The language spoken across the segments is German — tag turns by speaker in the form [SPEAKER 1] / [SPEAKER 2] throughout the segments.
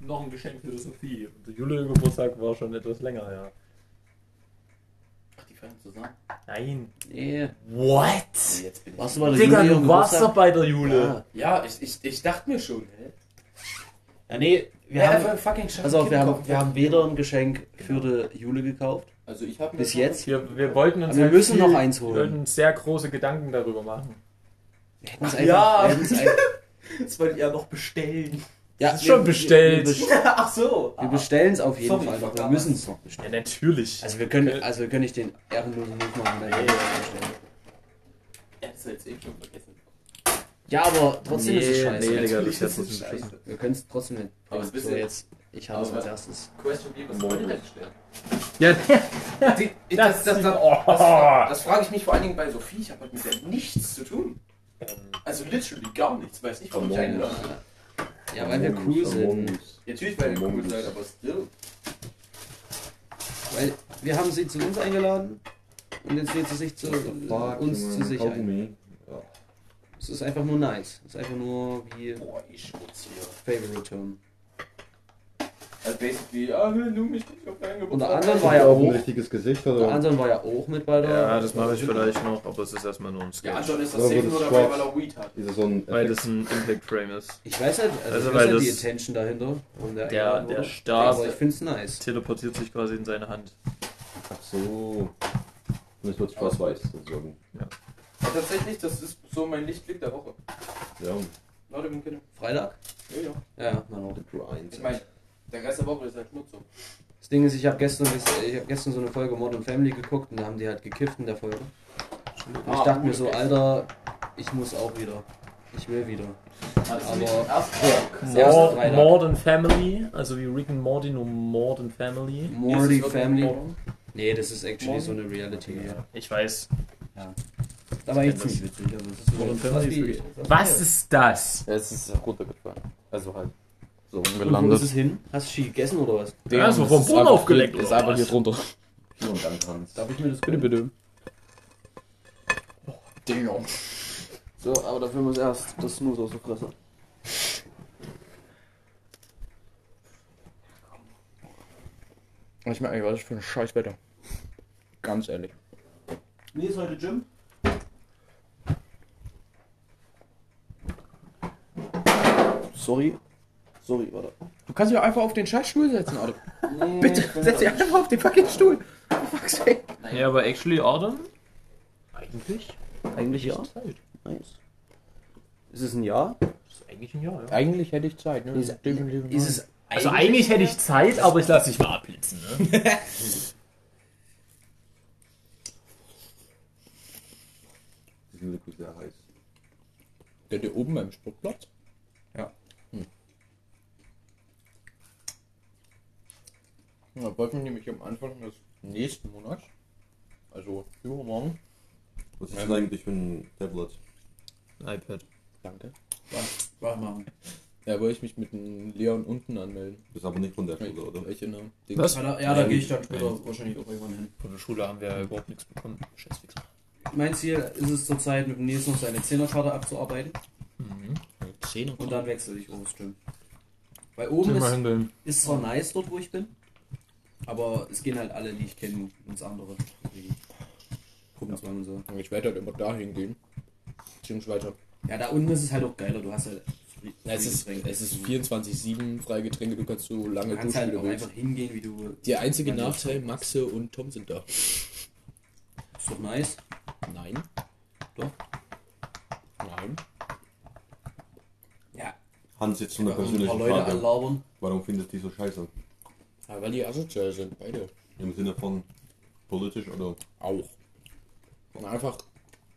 [SPEAKER 1] noch ein Geschenk für Sophie. Und der Jule-Geburtstag war schon etwas länger, ja.
[SPEAKER 2] Ach, die feiern zusammen.
[SPEAKER 1] Nein.
[SPEAKER 3] Nee.
[SPEAKER 2] Nee,
[SPEAKER 1] What?
[SPEAKER 2] Jetzt bin ich.
[SPEAKER 3] Warst du bei der
[SPEAKER 1] Digga,
[SPEAKER 3] Julia
[SPEAKER 1] du
[SPEAKER 3] am
[SPEAKER 1] warst doch
[SPEAKER 3] Geburtstag? Ah,
[SPEAKER 1] bei der Jule.
[SPEAKER 3] Ja.
[SPEAKER 2] Ja, ich, ich, ich dachte mir schon, hä?
[SPEAKER 3] ja, nee, wir
[SPEAKER 2] Ja,
[SPEAKER 3] haben,
[SPEAKER 2] einfach fucking Schatten
[SPEAKER 3] also wir
[SPEAKER 2] Kind
[SPEAKER 3] haben,
[SPEAKER 2] kaufen.
[SPEAKER 3] wir haben weder ein Geschenk für die Jule gekauft.
[SPEAKER 2] Also ich habe
[SPEAKER 3] Bis jetzt?
[SPEAKER 1] Wir, wir wollten uns halt
[SPEAKER 3] Aber wir müssen noch eins holen.
[SPEAKER 1] Wir wollten uns sehr große Gedanken darüber machen.
[SPEAKER 3] Wir hätten es
[SPEAKER 2] Ach
[SPEAKER 3] einfach,
[SPEAKER 2] ja.
[SPEAKER 3] wir hätten's ein-
[SPEAKER 2] Das wollte ich ja noch bestellen. Ah,
[SPEAKER 3] ja,
[SPEAKER 1] ist schon
[SPEAKER 3] wir-
[SPEAKER 1] bestellt.
[SPEAKER 3] Wir, wir,
[SPEAKER 2] Ach so.
[SPEAKER 3] wir bestellen es auf jeden
[SPEAKER 2] Sorry,
[SPEAKER 3] Fall, aber wir
[SPEAKER 2] verdammt.
[SPEAKER 3] müssen es noch bestellen.
[SPEAKER 1] Ja, natürlich.
[SPEAKER 3] Also wir können, also wir können nicht den ehrenlosen Move machen, wenn wir
[SPEAKER 1] Nee.
[SPEAKER 3] es bestellen.
[SPEAKER 2] Ja, das ist jetzt eh schon vergessen.
[SPEAKER 3] Ja, aber trotzdem ist es
[SPEAKER 1] Nee,
[SPEAKER 3] scheiße.
[SPEAKER 1] nee, Digga, das
[SPEAKER 2] Natürlich
[SPEAKER 1] ist jetzt
[SPEAKER 2] ist es
[SPEAKER 1] ein Beschiss.
[SPEAKER 2] scheiße.
[SPEAKER 3] Wir können es trotzdem nicht.
[SPEAKER 2] Aber es bist
[SPEAKER 3] so
[SPEAKER 2] ja-
[SPEAKER 3] jetzt. Ich habe es
[SPEAKER 2] Aber-
[SPEAKER 3] als erstes.
[SPEAKER 2] Question B, was wollt ihr denn bestellen?
[SPEAKER 1] Ja,
[SPEAKER 2] Die- ich-
[SPEAKER 1] das,
[SPEAKER 2] das, das, das,
[SPEAKER 1] oh.
[SPEAKER 2] das frage ich mich vor allen Dingen bei Sophie. Ich habe heute mit der nichts zu tun. Also literally gar nichts. Weiß nicht, warum ich eingeladen bin.
[SPEAKER 3] Ja, weil
[SPEAKER 1] Oh,
[SPEAKER 3] wir cool sind.
[SPEAKER 2] Natürlich, weil ihr cool seid, aber still.
[SPEAKER 3] Weil wir haben sie zu uns eingeladen und jetzt lädt sie sich zu Äh, uns zu sich ein. Es ist einfach nur nice. Es ist einfach nur wie
[SPEAKER 2] Boah, ich schmutz hier.
[SPEAKER 3] Favorite Tone.
[SPEAKER 2] Also basically, ah, du mich nicht auf deinen Geburtstag.
[SPEAKER 3] Unter anderem war
[SPEAKER 4] War
[SPEAKER 3] ja
[SPEAKER 4] ja auch ein
[SPEAKER 3] auch.
[SPEAKER 4] richtiges Gesicht,
[SPEAKER 3] Unter
[SPEAKER 4] oder?
[SPEAKER 3] anderem war also- ja auch mit bei der.
[SPEAKER 1] Ja, das mache ich vielleicht noch, aber es ist erstmal nur ein
[SPEAKER 2] Ja,
[SPEAKER 1] Sketch.
[SPEAKER 3] also-
[SPEAKER 2] Anton ist das
[SPEAKER 4] Ja,
[SPEAKER 2] safe
[SPEAKER 4] das
[SPEAKER 2] nur
[SPEAKER 4] ist
[SPEAKER 2] dabei,
[SPEAKER 4] schwarz.
[SPEAKER 2] weil er Weed hat.
[SPEAKER 4] Dieses so ein
[SPEAKER 1] Weil
[SPEAKER 4] Effekt.
[SPEAKER 1] das ein Impact Frame ist.
[SPEAKER 3] Ich weiß halt, also,
[SPEAKER 1] Also,
[SPEAKER 3] ich
[SPEAKER 1] weil
[SPEAKER 3] weiß halt die
[SPEAKER 1] das-
[SPEAKER 3] Intention dahinter. warum der,
[SPEAKER 1] Der-
[SPEAKER 3] eingeladen
[SPEAKER 1] der
[SPEAKER 3] wurde.
[SPEAKER 1] Stab-
[SPEAKER 3] Aber ich find's nice.
[SPEAKER 1] Teleportiert sich quasi in seine Hand.
[SPEAKER 4] Ach so. Und es wird schwarz-weiß sozusagen.
[SPEAKER 2] Ja, tatsächlich, das ist so mein Lichtblick der Woche.
[SPEAKER 4] Ja,
[SPEAKER 2] Leute, bin Kinder.
[SPEAKER 3] Freitag?
[SPEAKER 2] Ja, ja.
[SPEAKER 3] Ja, ja, man auch.
[SPEAKER 4] grind.
[SPEAKER 2] Ich meine, der Rest der Woche ist halt Schmutz so.
[SPEAKER 3] Das Ding ist, ich habe gestern, ich hab gestern so eine Folge Modern Family geguckt und da haben die halt gekifft in der Folge. Und ich
[SPEAKER 2] Ah,
[SPEAKER 3] dachte mir so,
[SPEAKER 2] okay.
[SPEAKER 3] Alter, ich muss auch wieder. Ich will wieder.
[SPEAKER 2] Also nicht
[SPEAKER 3] Aber-
[SPEAKER 2] zum ersten Mal.
[SPEAKER 3] Ja, es ist
[SPEAKER 1] Mord,
[SPEAKER 3] Freitag.
[SPEAKER 1] Modern Family, also wie Rick and Morty, nur Modern Family.
[SPEAKER 3] Morty
[SPEAKER 2] Ist es
[SPEAKER 3] Family.
[SPEAKER 2] wirklich Morden?
[SPEAKER 3] Nee, das ist actually
[SPEAKER 2] Morden?
[SPEAKER 3] so eine Reality. Ja.
[SPEAKER 1] Ich weiß.
[SPEAKER 3] Da war
[SPEAKER 1] Ich
[SPEAKER 3] ich
[SPEAKER 1] kenn
[SPEAKER 3] ziemlich witzig. Also, das ist so
[SPEAKER 1] Modern
[SPEAKER 3] was
[SPEAKER 1] Family
[SPEAKER 3] wie-
[SPEAKER 1] ist Was ist das?
[SPEAKER 2] Ja, es ist runtergefallen. Also halt. So
[SPEAKER 3] Und wo ist es hin? Hast du Ski gegessen oder was?
[SPEAKER 1] Ja, so vom Boden aufgeleckt. Ist einfach hier drunter.
[SPEAKER 4] Vielen Dank, Hans.
[SPEAKER 3] Darf ich mir das
[SPEAKER 1] Bitte, bitte.
[SPEAKER 5] So, aber dafür muss erst das Snooze aus der Fresse. Ich merke, was ist für ein Scheißwetter. Ganz ehrlich.
[SPEAKER 2] Nee, ist heute Gym.
[SPEAKER 5] Sorry. Sorry, warte. Du kannst dich auch einfach auf den Scheißstuhl setzen, Alter. Bitte, setz dich einfach auf den fucking Stuhl. For fuck's sake.
[SPEAKER 1] Ja, aber actually, Adam? Eigentlich?
[SPEAKER 5] Eigentlich ja.
[SPEAKER 1] Zeit.
[SPEAKER 5] Nice. Ist es ein Ja?
[SPEAKER 1] Das ist eigentlich ein Jahr, ja.
[SPEAKER 5] Eigentlich hätte ich Zeit, ne?
[SPEAKER 3] Ist-
[SPEAKER 5] Definitiv
[SPEAKER 3] Ist
[SPEAKER 5] nein.
[SPEAKER 3] es
[SPEAKER 1] Äh, Also eigentlich hätte ich Zeit, aber ich lasse dich mal abblitzen. Ne?
[SPEAKER 4] Diesen Liquid sehr heiß.
[SPEAKER 6] Der hier oben beim Sportplatz?
[SPEAKER 5] Ja.
[SPEAKER 6] Hm. Ja, wollten wir nämlich am Anfang des nächsten Monats, also übermorgen,
[SPEAKER 4] Was ist denn eigentlich für ein Tablet?
[SPEAKER 1] iPad.
[SPEAKER 5] Danke.
[SPEAKER 3] Warte mal.
[SPEAKER 6] ja, wollte ich mich mit dem Leon unten anmelden.
[SPEAKER 4] Bist aber nicht von der
[SPEAKER 6] Ich,
[SPEAKER 4] Schule, oder?
[SPEAKER 6] ich erinnere den
[SPEAKER 1] Was?
[SPEAKER 3] Ja, da, ja, da gehe ich dann später wahrscheinlich auch irgendwann hin.
[SPEAKER 1] Von der Schule haben wir ja überhaupt nichts bekommen. Scheißwichser.
[SPEAKER 3] Mein Ziel ist es zurzeit, mit dem Nils noch seine Zehnerkarte abzuarbeiten
[SPEAKER 1] Mhm. Zehn
[SPEAKER 3] und dann wechsle ich oben Stimmen. Weil oben ist,
[SPEAKER 1] hindeln.
[SPEAKER 3] ist zwar nice dort, wo ich bin, aber es gehen halt alle, die ich kenne, ins andere. Deswegen Gucken wir mal so.
[SPEAKER 6] Ich werde halt immer dahin gehen. Beziehungsweise,
[SPEAKER 3] Ja, da unten ist es halt auch geiler, du hast halt. Free,
[SPEAKER 6] na, es ist,
[SPEAKER 3] Free Getränke.
[SPEAKER 6] es ist 24-7 freie Getränke, du kannst so lange
[SPEAKER 3] Du kannst
[SPEAKER 6] duschen,
[SPEAKER 3] halt
[SPEAKER 6] wie du
[SPEAKER 3] auch
[SPEAKER 6] willst.
[SPEAKER 3] einfach hingehen, wie du.
[SPEAKER 6] Der einzige
[SPEAKER 3] Ja,
[SPEAKER 6] Nachteil, Maxe und Tom sind da.
[SPEAKER 3] Ist doch nice.
[SPEAKER 6] Nein.
[SPEAKER 3] Doch.
[SPEAKER 6] Nein.
[SPEAKER 3] Ja,
[SPEAKER 4] Hans, jetzt zu einer
[SPEAKER 3] da kommen ein paar
[SPEAKER 4] persönlichen
[SPEAKER 3] Leute
[SPEAKER 4] Frage.
[SPEAKER 3] anlabern.
[SPEAKER 4] Warum findet die so scheiße?
[SPEAKER 6] Aber weil die asozial sind, beide.
[SPEAKER 4] Im Sinne von politisch oder
[SPEAKER 6] Auch. Und einfach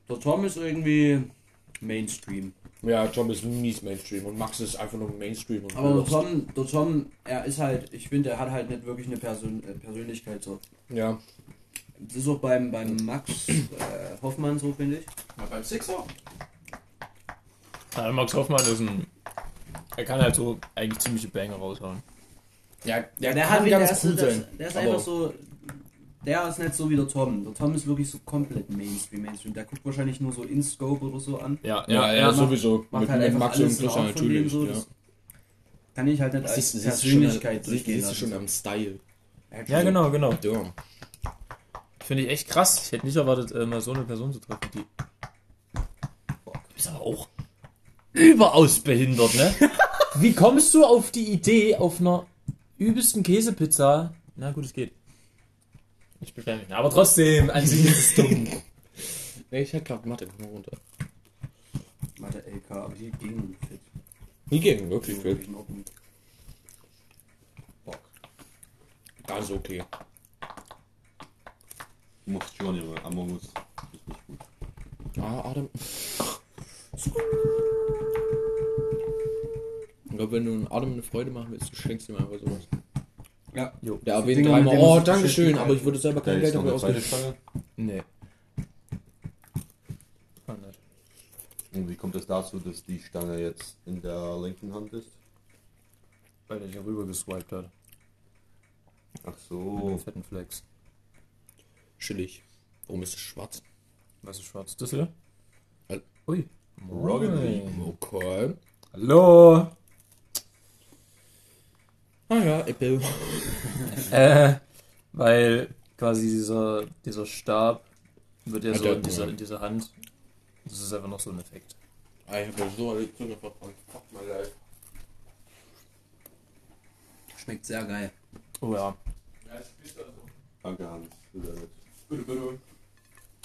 [SPEAKER 3] Der Tom ist irgendwie Mainstream.
[SPEAKER 6] Ja, Tom ist mies Mainstream und Max ist einfach nur Mainstream und
[SPEAKER 3] Aber der
[SPEAKER 6] Lost.
[SPEAKER 3] Tom, der Tom, er ist halt, ich finde, er hat halt nicht wirklich eine Persön äh, Persönlichkeit so.
[SPEAKER 6] Ja,
[SPEAKER 3] Das ist auch beim, beim Max äh, Hoffmann so, finde ich.
[SPEAKER 2] Mal beim Sixer.
[SPEAKER 1] Ja, Max Hoffmann ist ein. Er kann halt so eigentlich ziemliche Banger raushauen.
[SPEAKER 6] ja, der,
[SPEAKER 3] der
[SPEAKER 6] kann
[SPEAKER 3] hat, der
[SPEAKER 6] ganz
[SPEAKER 3] ist,
[SPEAKER 6] cool
[SPEAKER 3] der,
[SPEAKER 6] sein.
[SPEAKER 3] der ist
[SPEAKER 6] aber
[SPEAKER 3] einfach so, der ist nicht so wie der Tom. Der Tom ist wirklich so komplett Mainstream, Mainstream. Der guckt wahrscheinlich nur so InScope oder so an.
[SPEAKER 1] Ja,
[SPEAKER 6] ja, ja,
[SPEAKER 1] er
[SPEAKER 6] sowieso
[SPEAKER 3] Macht
[SPEAKER 6] mit,
[SPEAKER 3] halt
[SPEAKER 6] mit
[SPEAKER 3] einfach
[SPEAKER 6] Max
[SPEAKER 3] alles
[SPEAKER 6] und Christian
[SPEAKER 3] nach von dem
[SPEAKER 6] natürlich.
[SPEAKER 3] so.
[SPEAKER 6] ja.
[SPEAKER 3] Das, kann ich halt nicht als
[SPEAKER 5] Siehst, siehst, du schon,
[SPEAKER 3] Persönlichkeit
[SPEAKER 5] siehst,
[SPEAKER 3] durchgehen also.
[SPEAKER 5] siehst du schon am Style.
[SPEAKER 3] lassen.
[SPEAKER 1] Ja, genau, genau.
[SPEAKER 5] Ja.
[SPEAKER 1] Finde ich echt krass. Ich hätte nicht erwartet, äh, mal so eine Person zu treffen, die. Du bist aber auch überaus behindert, ne? Wie kommst du auf die Idee, auf einer übelsten Käsepizza. Na gut, es geht. Ich beschwere mich. nicht. Aber trotzdem, an sich ist es dumm.
[SPEAKER 5] Nee, ich hatte gerade Mathe, komm mal runter. genau.
[SPEAKER 3] Mathe LK, aber die gegen fit.
[SPEAKER 5] Die gehen wirklich,
[SPEAKER 3] Wirklich
[SPEAKER 5] wirklich.
[SPEAKER 3] in Ordnung.
[SPEAKER 5] Das ist okay.
[SPEAKER 4] Du machst Johnny, aber Among Us. Ist nicht gut.
[SPEAKER 5] Ah, Adam. Ich glaube, wenn du Adam eine Freude machen willst, du schenkst ihm einfach sowas.
[SPEAKER 3] Ja.
[SPEAKER 5] Der erwähnt
[SPEAKER 3] Dinge, mit denen
[SPEAKER 5] dreimal,
[SPEAKER 3] man
[SPEAKER 5] oh,
[SPEAKER 3] sich
[SPEAKER 5] Dankeschön,
[SPEAKER 3] beschäftigen
[SPEAKER 5] aber ich würde selber
[SPEAKER 4] Da
[SPEAKER 5] kein
[SPEAKER 4] ist
[SPEAKER 5] Geld
[SPEAKER 4] noch
[SPEAKER 5] dafür
[SPEAKER 4] eine zweite Stange.
[SPEAKER 5] ausgeben.
[SPEAKER 1] Nee.
[SPEAKER 4] Und wie kommt es dazu, dass die Stange jetzt in der linken Hand ist?
[SPEAKER 1] Weil er hier rüber geswiped hat.
[SPEAKER 4] Ach
[SPEAKER 1] Oh.
[SPEAKER 4] so.
[SPEAKER 1] Fetten Flex.
[SPEAKER 5] Chillig. Warum ist es schwarz?
[SPEAKER 1] Was ist schwarz? Das hier?
[SPEAKER 5] Al-
[SPEAKER 1] Ui.
[SPEAKER 4] Rocket League.
[SPEAKER 5] Okay.
[SPEAKER 1] Hallo.
[SPEAKER 5] Ah ja, Apple.
[SPEAKER 1] Äh, weil quasi dieser, dieser Stab wird ja
[SPEAKER 5] Hat
[SPEAKER 1] so
[SPEAKER 5] er-
[SPEAKER 1] in dieser, in dieser Hand. Das ist einfach noch so ein Effekt.
[SPEAKER 5] Ah, Ich habe so eine Zunge verbrannt. Fuck my life.
[SPEAKER 3] Schmeckt sehr geil.
[SPEAKER 1] Oh ja.
[SPEAKER 2] Ja, ich spiel's also.
[SPEAKER 4] Danke, Hans. für deine-
[SPEAKER 2] Bitte, bitte.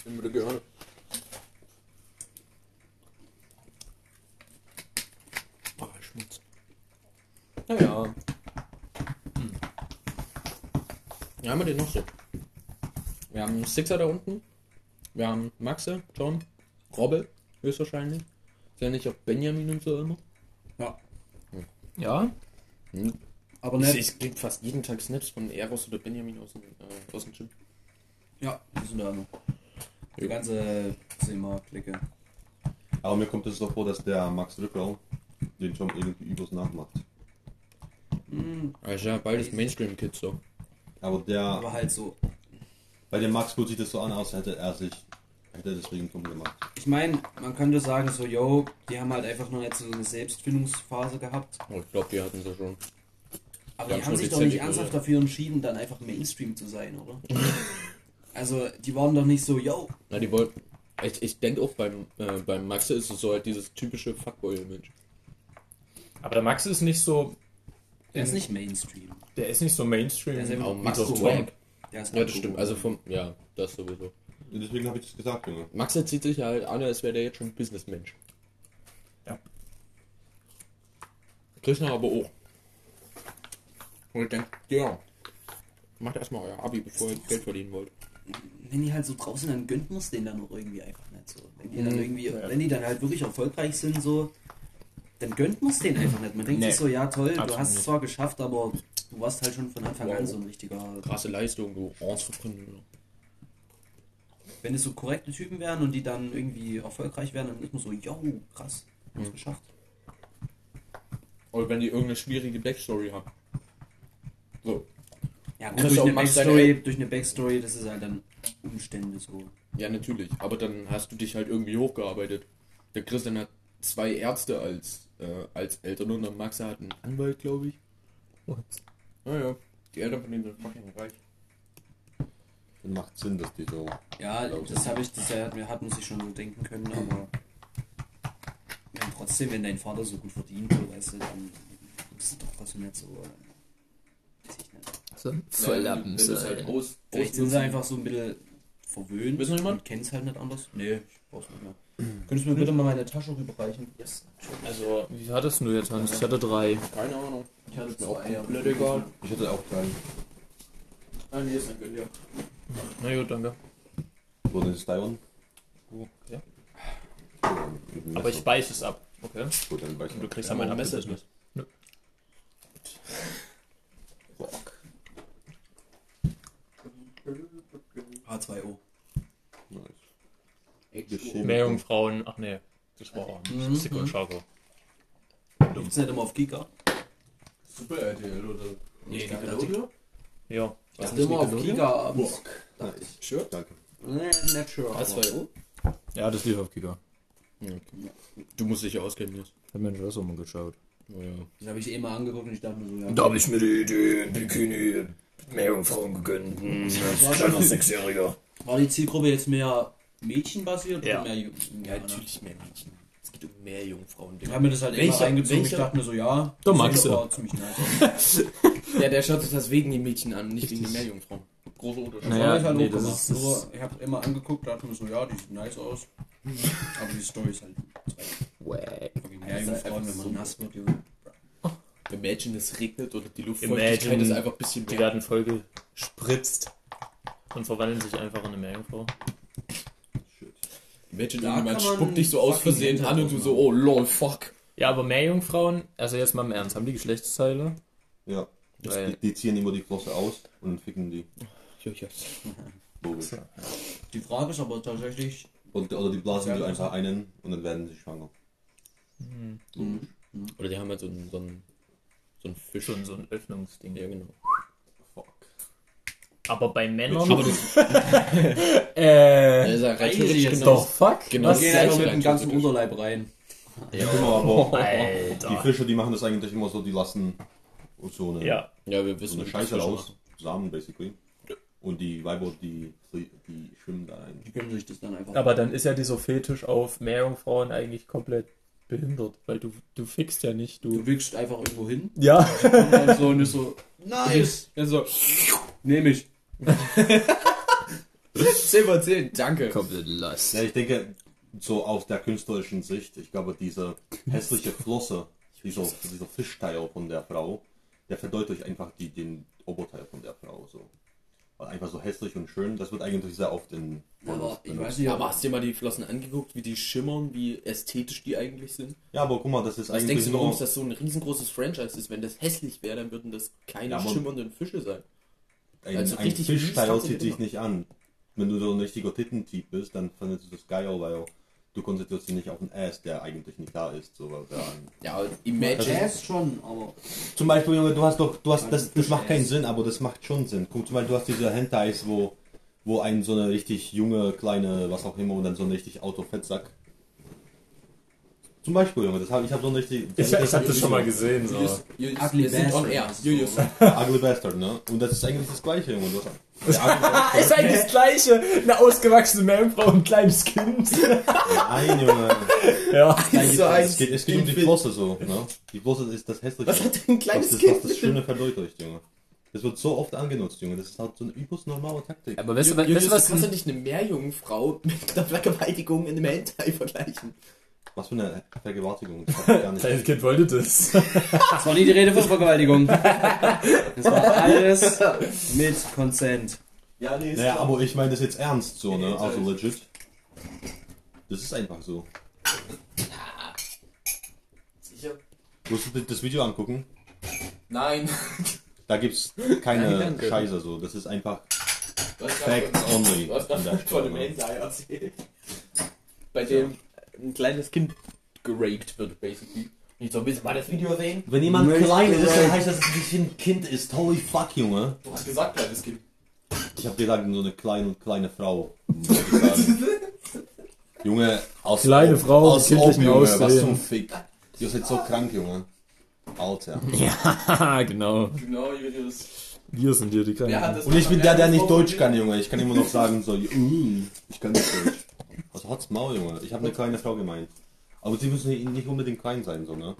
[SPEAKER 5] Nimm bitte gerne. Oh, Schmutz.
[SPEAKER 1] Naja.
[SPEAKER 5] Ja, haben wir den noch so? Wir haben Sixer da unten. Wir haben Maxe, Tom, Robbe, höchstwahrscheinlich. Ist ja nicht auf Benjamin und so immer.
[SPEAKER 3] Ja.
[SPEAKER 1] Ja?
[SPEAKER 3] Aber
[SPEAKER 5] Ich,
[SPEAKER 3] nett.
[SPEAKER 5] ich krieg fast jeden Tag Snaps von Eros oder Benjamin aus dem, äh, aus dem Gym.
[SPEAKER 3] Ja, die sind da noch. Die
[SPEAKER 5] Jo.
[SPEAKER 3] ganze Zimmer-Clique.
[SPEAKER 4] Aber mir kommt es doch vor, dass der Max Rückrau den Tom irgendwie übers nachmacht.
[SPEAKER 3] Mm,
[SPEAKER 5] Also ja, beides Mainstream-Kids so.
[SPEAKER 4] Aber
[SPEAKER 3] aber
[SPEAKER 4] der,
[SPEAKER 3] halt so.
[SPEAKER 4] bei dem Max fühlt sich das so an, als hätte er sich, hätte er deswegen dumm gemacht.
[SPEAKER 3] Ich meine, man könnte sagen, so, yo, die haben halt einfach noch nicht so eine Selbstfindungsphase gehabt.
[SPEAKER 5] Oh, ich glaube, die hatten sie schon.
[SPEAKER 3] Aber
[SPEAKER 5] Ja,
[SPEAKER 3] die
[SPEAKER 5] schon
[SPEAKER 3] haben sich doch
[SPEAKER 5] dezent
[SPEAKER 3] nicht ernsthaft
[SPEAKER 5] ignoriert.
[SPEAKER 3] dafür entschieden, dann einfach Mainstream zu sein, oder? also, die waren doch nicht so, yo,
[SPEAKER 5] Na, die wollten. Ich, ich denke auch beim, äh, beim Maxe ist es so halt dieses typische Fuckboy-Image.
[SPEAKER 1] Aber der Max ist nicht so.
[SPEAKER 3] der ist nicht Mainstream.
[SPEAKER 1] Der ist nicht so Mainstream.
[SPEAKER 3] Der ist einfach-
[SPEAKER 5] Auch Max
[SPEAKER 1] Wie
[SPEAKER 5] ist
[SPEAKER 1] doch
[SPEAKER 5] Swag.
[SPEAKER 3] Der ist
[SPEAKER 5] Ja, das
[SPEAKER 3] abgehoben.
[SPEAKER 5] stimmt. Also vom. Ja, das sowieso.
[SPEAKER 4] Und deswegen habe ich das gesagt, Junge.
[SPEAKER 5] Maxe zieht sich halt an, als wäre der jetzt schon Businessmensch.
[SPEAKER 1] Ja.
[SPEAKER 5] Krishna aber auch. Und ich denke, ja, macht erstmal euer Abi, bevor ihr Geld verdienen wollt.
[SPEAKER 3] Wenn die halt so draußen, dann gönnt man es denen dann auch irgendwie einfach nicht so. Wenn die dann irgendwie, wenn die dann halt wirklich erfolgreich sind, so, dann gönnt man es denen einfach nicht. Man denkt
[SPEAKER 1] Nee.
[SPEAKER 3] sich so, ja toll, du
[SPEAKER 1] Absolut
[SPEAKER 3] hast es
[SPEAKER 1] nicht.
[SPEAKER 3] zwar geschafft, aber du warst halt schon von Anfang an so ein richtiger.
[SPEAKER 5] Krasse Leistung, du Entrepreneur.
[SPEAKER 3] Wenn es so korrekte Typen wären und die dann irgendwie erfolgreich wären, dann ist man so, yo, krass,
[SPEAKER 1] Hm.
[SPEAKER 3] hab's geschafft.
[SPEAKER 5] Oder wenn die irgendeine schwierige Backstory haben. So.
[SPEAKER 3] Ja,
[SPEAKER 5] Das
[SPEAKER 3] gut,
[SPEAKER 5] ist
[SPEAKER 3] durch
[SPEAKER 5] auch
[SPEAKER 3] eine,
[SPEAKER 5] Max deine
[SPEAKER 3] Backstory,
[SPEAKER 5] El-
[SPEAKER 3] durch eine Backstory, das ist halt dann Umstände so.
[SPEAKER 5] Ja, natürlich. Aber dann hast du dich halt irgendwie hochgearbeitet. Der Christian hat zwei Ärzte als, äh, als Eltern und der Maxe hat einen Anwalt, glaube ich. Naja, die Eltern von denen sind fucking reich.
[SPEAKER 4] Dann macht Sinn, dass die so.
[SPEAKER 3] Ja,
[SPEAKER 4] Glaub ich.
[SPEAKER 3] das habe ich, das hat, hat man sich schon so denken können, aber ja, trotzdem, wenn dein Vater so gut verdient, so, weißt du, dann ist es doch trotzdem nicht so. äh, weiß ich nicht.
[SPEAKER 1] Voll
[SPEAKER 5] Ja, wenn du- wenn du es halt aus-
[SPEAKER 3] Vielleicht sind sie
[SPEAKER 5] ausnutzen-
[SPEAKER 3] einfach so ein bisschen verwöhnt.
[SPEAKER 5] Willst du noch jemand?
[SPEAKER 3] und Kennst halt nicht anders? Nee, ich brauch's nicht mehr. Könntest du mir bitte mal meine Tasche rüberreichen? Yes.
[SPEAKER 1] Also, wie hattest du jetzt, Hans? Ich hatte drei.
[SPEAKER 5] Keine Ahnung.
[SPEAKER 3] Ich hatte
[SPEAKER 5] mir auch
[SPEAKER 3] zwei, aber
[SPEAKER 5] komplett egal.
[SPEAKER 4] Ich hätte auch keinen.
[SPEAKER 5] Ah, nee, ist ein Gönner.
[SPEAKER 1] Na gut, danke.
[SPEAKER 4] So, das ist Taiwan.
[SPEAKER 1] Aber ich beiß es ab. Okay.
[SPEAKER 4] Gut, dann weiß ich
[SPEAKER 1] Du kriegst ja
[SPEAKER 5] Ja,
[SPEAKER 1] meine
[SPEAKER 5] mein Messer
[SPEAKER 1] Messe
[SPEAKER 5] ist
[SPEAKER 1] nicht.
[SPEAKER 5] nicht.
[SPEAKER 3] H2O.
[SPEAKER 4] Nice.
[SPEAKER 1] Mehr
[SPEAKER 4] Geschehen.
[SPEAKER 1] Jungfrauen. Ach nee. Das war auch nicht. Sick und Schako.
[SPEAKER 3] Gibt's nicht immer auf Giga?
[SPEAKER 6] Super RTL oder?
[SPEAKER 3] Nee,
[SPEAKER 1] Ja.
[SPEAKER 3] Das ist immer auf Giga abends.
[SPEAKER 4] Nice.
[SPEAKER 5] Sure.
[SPEAKER 4] Danke.
[SPEAKER 3] Nee, nicht sure.
[SPEAKER 5] Was
[SPEAKER 3] aber-
[SPEAKER 5] war oh?
[SPEAKER 1] Ja, das lief auf Giga.
[SPEAKER 5] Du musst dich ja auskennen, Nils.
[SPEAKER 1] Hat mein Schwester mal geschaut.
[SPEAKER 5] Naja.
[SPEAKER 3] Den habe ich eh mal angeguckt und ich dachte mir so, ja.
[SPEAKER 7] Da habe ich mir die, die Bikini Meerjungfrauen gegönnt. Hm, Als kleiner Sechsjähriger.
[SPEAKER 3] War die Zielgruppe jetzt mehr mädchenbasiert
[SPEAKER 1] Ja.
[SPEAKER 3] oder mehr Jungen?
[SPEAKER 5] Ja, natürlich mehr Mädchen. Es geht um mehr Jungfrauen.
[SPEAKER 3] Ich habe mir das halt immer
[SPEAKER 5] Welcher-
[SPEAKER 3] reingezogen. Ich
[SPEAKER 5] welcher-
[SPEAKER 3] dachte mir so, ja.
[SPEAKER 1] Da
[SPEAKER 3] das
[SPEAKER 1] magst du.
[SPEAKER 3] war ziemlich nice.
[SPEAKER 5] Ja, der schaut sich das wegen den Mädchen an, nicht wegen den Meerjungfrauen. Großer Unterschied.
[SPEAKER 3] Das
[SPEAKER 1] Naja,
[SPEAKER 3] hab ich halt
[SPEAKER 1] nee,
[SPEAKER 3] auch
[SPEAKER 1] das
[SPEAKER 3] gemacht.
[SPEAKER 1] ist-
[SPEAKER 3] Nur, ich habe immer angeguckt, dachte mir so, ja, die sieht nice aus. Aber die Story ist halt. Ja, junge Frauen, wenn man nass wird, Junge.
[SPEAKER 5] Imagine, es regnet und die Luftfeuchtigkeit
[SPEAKER 1] Imagine,
[SPEAKER 5] ist einfach ein bisschen
[SPEAKER 1] Die
[SPEAKER 5] mehr.
[SPEAKER 1] werden voll gespritzt und verwandeln sich einfach in eine Meerjungfrau.
[SPEAKER 5] Imagine,
[SPEAKER 3] Da
[SPEAKER 5] jemand
[SPEAKER 3] kann man
[SPEAKER 5] spuckt dich so aus
[SPEAKER 3] fucking
[SPEAKER 5] Versehen an und du
[SPEAKER 3] Hände
[SPEAKER 5] so, oh lol, fuck.
[SPEAKER 1] Ja, aber Meerjungfrauen, also jetzt mal im Ernst, haben die Geschlechtsteile?
[SPEAKER 4] Ja.
[SPEAKER 1] Weil,
[SPEAKER 4] Die ziehen immer die Flosse aus und ficken die. Logisch.
[SPEAKER 3] Die Frage ist aber tatsächlich,
[SPEAKER 4] Und, oder die blasen die
[SPEAKER 3] Ja,
[SPEAKER 4] einfach einen und dann werden sie schwanger.
[SPEAKER 5] Oder die haben halt so einen, so einen, so einen Fisch.
[SPEAKER 1] schon so ein Öffnungsding.
[SPEAKER 5] Ja, genau.
[SPEAKER 1] Aber bei Männern.
[SPEAKER 5] Aber das,
[SPEAKER 1] äh,
[SPEAKER 5] das ist ja rein
[SPEAKER 3] Weiß
[SPEAKER 5] theoretisch
[SPEAKER 3] ich jetzt
[SPEAKER 5] genau
[SPEAKER 1] doch, fuck.
[SPEAKER 5] Genau.
[SPEAKER 3] wir
[SPEAKER 1] Was?
[SPEAKER 3] gehen
[SPEAKER 5] gleich
[SPEAKER 3] einfach halt mit
[SPEAKER 5] rein,
[SPEAKER 3] dem ganzen
[SPEAKER 5] theoretisch.
[SPEAKER 3] Unterleib rein.
[SPEAKER 4] Ja. aber die
[SPEAKER 1] Alter.
[SPEAKER 4] Fische, die machen das eigentlich immer so, die lassen so eine,
[SPEAKER 1] Ja,
[SPEAKER 5] Ja, wir
[SPEAKER 4] so
[SPEAKER 5] wissen
[SPEAKER 4] eine
[SPEAKER 5] was
[SPEAKER 4] Scheiße
[SPEAKER 5] wir schon
[SPEAKER 4] raus.
[SPEAKER 5] machen.
[SPEAKER 4] Samen, basically. Und die Weiber, die, die schwimmen da ein.
[SPEAKER 3] Die können sich das dann einfach.
[SPEAKER 1] aber dann ist ja dieser Fetisch auf Meerjungfrauen eigentlich komplett behindert, weil du, du fickst ja nicht, du.
[SPEAKER 3] Du wickst einfach irgendwo hin.
[SPEAKER 1] Ja.
[SPEAKER 3] Und dann so, und ist so, nice. Dann so, nehm ich.
[SPEAKER 5] 10 von 10, danke.
[SPEAKER 7] Komplett Last.
[SPEAKER 4] Ja, ich denke, so auf der künstlerischen Sicht, ich glaube, diese hässliche Flosse, dieser, dieser Fischteil von der Frau, der verdeutlicht einfach die, den Oberteil von der Frau. So. Weil Einfach so hässlich und schön, das wird eigentlich sehr oft in.
[SPEAKER 3] Aber ich weiß nicht,
[SPEAKER 5] Ja,
[SPEAKER 3] aber
[SPEAKER 5] aber hast du dir mal die Flossen angeguckt, wie die schimmern, wie ästhetisch die eigentlich sind?
[SPEAKER 4] Ja, aber guck mal, das ist
[SPEAKER 5] Was
[SPEAKER 4] eigentlich
[SPEAKER 5] denkst du, warum
[SPEAKER 4] nur.
[SPEAKER 5] es das so ein riesengroßes Franchise ist? Wenn das hässlich wäre, dann würden das keine
[SPEAKER 4] Ja, aber-
[SPEAKER 5] schimmernden Fische sein.
[SPEAKER 4] Ein,
[SPEAKER 5] also
[SPEAKER 4] ein
[SPEAKER 5] richtig
[SPEAKER 4] Fischteil
[SPEAKER 5] mies-
[SPEAKER 4] zieht dich nicht an. Wenn du so ein richtiger Tittentyp bist, dann findest du das geil, weil du konzentrierst dich nicht auf den Ass, der eigentlich nicht da ist. So, weil der,
[SPEAKER 5] Ja, aber imagine.
[SPEAKER 3] Jazz schon, aber.
[SPEAKER 4] Zum Beispiel, Junge, du hast doch, du hast, das, das macht keinen Sinn, aber das macht schon Sinn. Guck, zum Beispiel, du hast diese Hentais, wo, wo ein so eine richtig junge, kleine, was auch immer, und dann so ein richtig Autofettsack. Zum Beispiel, Junge, das hab, ich habe so ein richtig...
[SPEAKER 1] Ich, ich hab das schon mal gesehen, so.
[SPEAKER 5] Julius, Julius,
[SPEAKER 3] Ugly
[SPEAKER 5] wir sind on
[SPEAKER 3] Bastard.
[SPEAKER 5] air. Julius.
[SPEAKER 4] Ugly Bastard, ne? Und das ist eigentlich das Gleiche, Junge. Du hast, der Ugly Bastard,
[SPEAKER 1] Ist eigentlich das gleiche. Eine ausgewachsene Meerjungfrau und ein kleines Kind.
[SPEAKER 4] nein, Junge.
[SPEAKER 1] Ja.
[SPEAKER 4] Es geht, es geht um die Flosse so, ne? Die Flosse ist das Hässliche. Was hat denn ein kleines das, Kind? Das, das Schöne verdeutlicht, Junge. Das wird so oft angenutzt, Junge. Das ist halt so eine übelst normale Taktik.
[SPEAKER 1] Aber weißt du, weißt du
[SPEAKER 5] Julius,
[SPEAKER 1] was?
[SPEAKER 5] du kannst ja nicht eine Meerjungfrau mit einer Vergewaltigung in einem Hentai vergleichen.
[SPEAKER 4] Was für eine Vergewaltigung. Das hab ich gar nicht.
[SPEAKER 1] Kleines Kind wollte das.
[SPEAKER 3] Das war nie die Rede von Vergewaltigung. Das war alles mit Consent.
[SPEAKER 2] Ja, nee, ist
[SPEAKER 4] Naja,
[SPEAKER 2] klar.
[SPEAKER 4] aber ich meine das jetzt ernst, so, ne? Also
[SPEAKER 2] sorry.
[SPEAKER 4] legit. Das ist einfach so.
[SPEAKER 2] Sicher?
[SPEAKER 4] Musst du dir das Video angucken?
[SPEAKER 5] Nein.
[SPEAKER 4] Da gibt's
[SPEAKER 5] Nein,
[SPEAKER 4] keine
[SPEAKER 5] danke.
[SPEAKER 4] Scheiße so. Das ist einfach
[SPEAKER 5] Du hast gerade
[SPEAKER 4] Facts only.
[SPEAKER 5] du hast
[SPEAKER 4] an der
[SPEAKER 5] gerade von
[SPEAKER 4] Stelle,
[SPEAKER 5] einem
[SPEAKER 4] ne?
[SPEAKER 5] Hentai erzählt. Bei dem ein kleines Kind geraped wird, basically. Und ich so, willst du mal das Video sehen?
[SPEAKER 4] Wenn jemand klein ist, dann heißt das, dass es ein Kind ist. Holy fuck, Junge.
[SPEAKER 5] Du hast gesagt, kleines Kind.
[SPEAKER 4] Ich hab gesagt, so eine kleine, kleine Frau. muss ich sagen. Junge, aus
[SPEAKER 1] Kleine Frau mit
[SPEAKER 4] aus
[SPEAKER 1] kindlichem
[SPEAKER 4] Junge, was
[SPEAKER 1] Aussehen.
[SPEAKER 4] zum Fick. Du seid so krank, Junge. Alter.
[SPEAKER 1] Ja, genau.
[SPEAKER 2] Genau, Julius.
[SPEAKER 1] Wir sind hier die
[SPEAKER 2] Wer
[SPEAKER 1] Kleinen.
[SPEAKER 2] hat das
[SPEAKER 4] Und ich bin der, der nicht Deutsch
[SPEAKER 2] kann.
[SPEAKER 4] kann, Junge. Ich kann immer noch sagen, so, "Mm, ich kann nicht Deutsch. Was hat's Maul, Junge? Ich habe eine kleine Frau gemeint. Aber sie müssen nicht- nicht unbedingt klein sein, so, ne?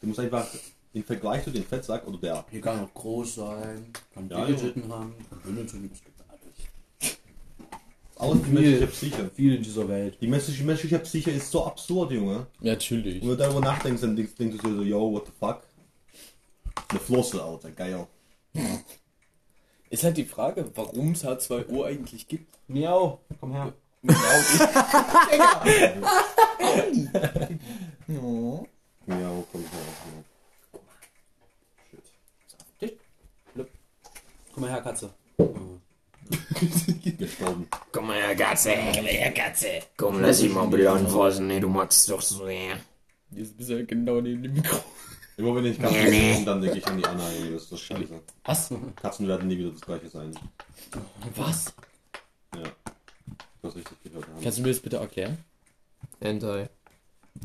[SPEAKER 4] Du musst einfach im Vergleich zu den Fettsack oder der.
[SPEAKER 3] Hier kann auch groß sein, kann
[SPEAKER 4] Ja,
[SPEAKER 3] dicke Titten haben, kann dünne Titten, es gibt alles.
[SPEAKER 4] Alles die menschliche Psyche.
[SPEAKER 3] Viel in dieser Welt.
[SPEAKER 4] Die menschliche, menschliche Psyche ist so absurd, Junge.
[SPEAKER 5] Natürlich.
[SPEAKER 4] Wenn du darüber nachdenkst, dann denkst, denkst du dir so, yo, what the fuck? Eine Flosse, Alter, geil.
[SPEAKER 5] Ist halt die Frage, warum es H2O eigentlich gibt.
[SPEAKER 4] Miau, komm her. Miau, komm her.
[SPEAKER 3] Komm mal her, Katze.
[SPEAKER 4] Shit. Gestorben.
[SPEAKER 7] Komm mal her, Katze. Komm her, Katze. Komm, lass ihn mal bitte anfassen. Nee, du magst doch so sehr.
[SPEAKER 5] Jetzt bist du ja genau neben dem Mikro.
[SPEAKER 4] Immer wenn ich Katzen sehe, dann denke ich an die Anna, Junge, das ist doch scheiße.
[SPEAKER 5] Was?
[SPEAKER 4] Katzen werden nie wieder das gleiche sein.
[SPEAKER 5] Was?
[SPEAKER 4] Ja. Du hast richtig gehört. Hans.
[SPEAKER 5] Kannst du mir das bitte erklären?
[SPEAKER 1] Hentai.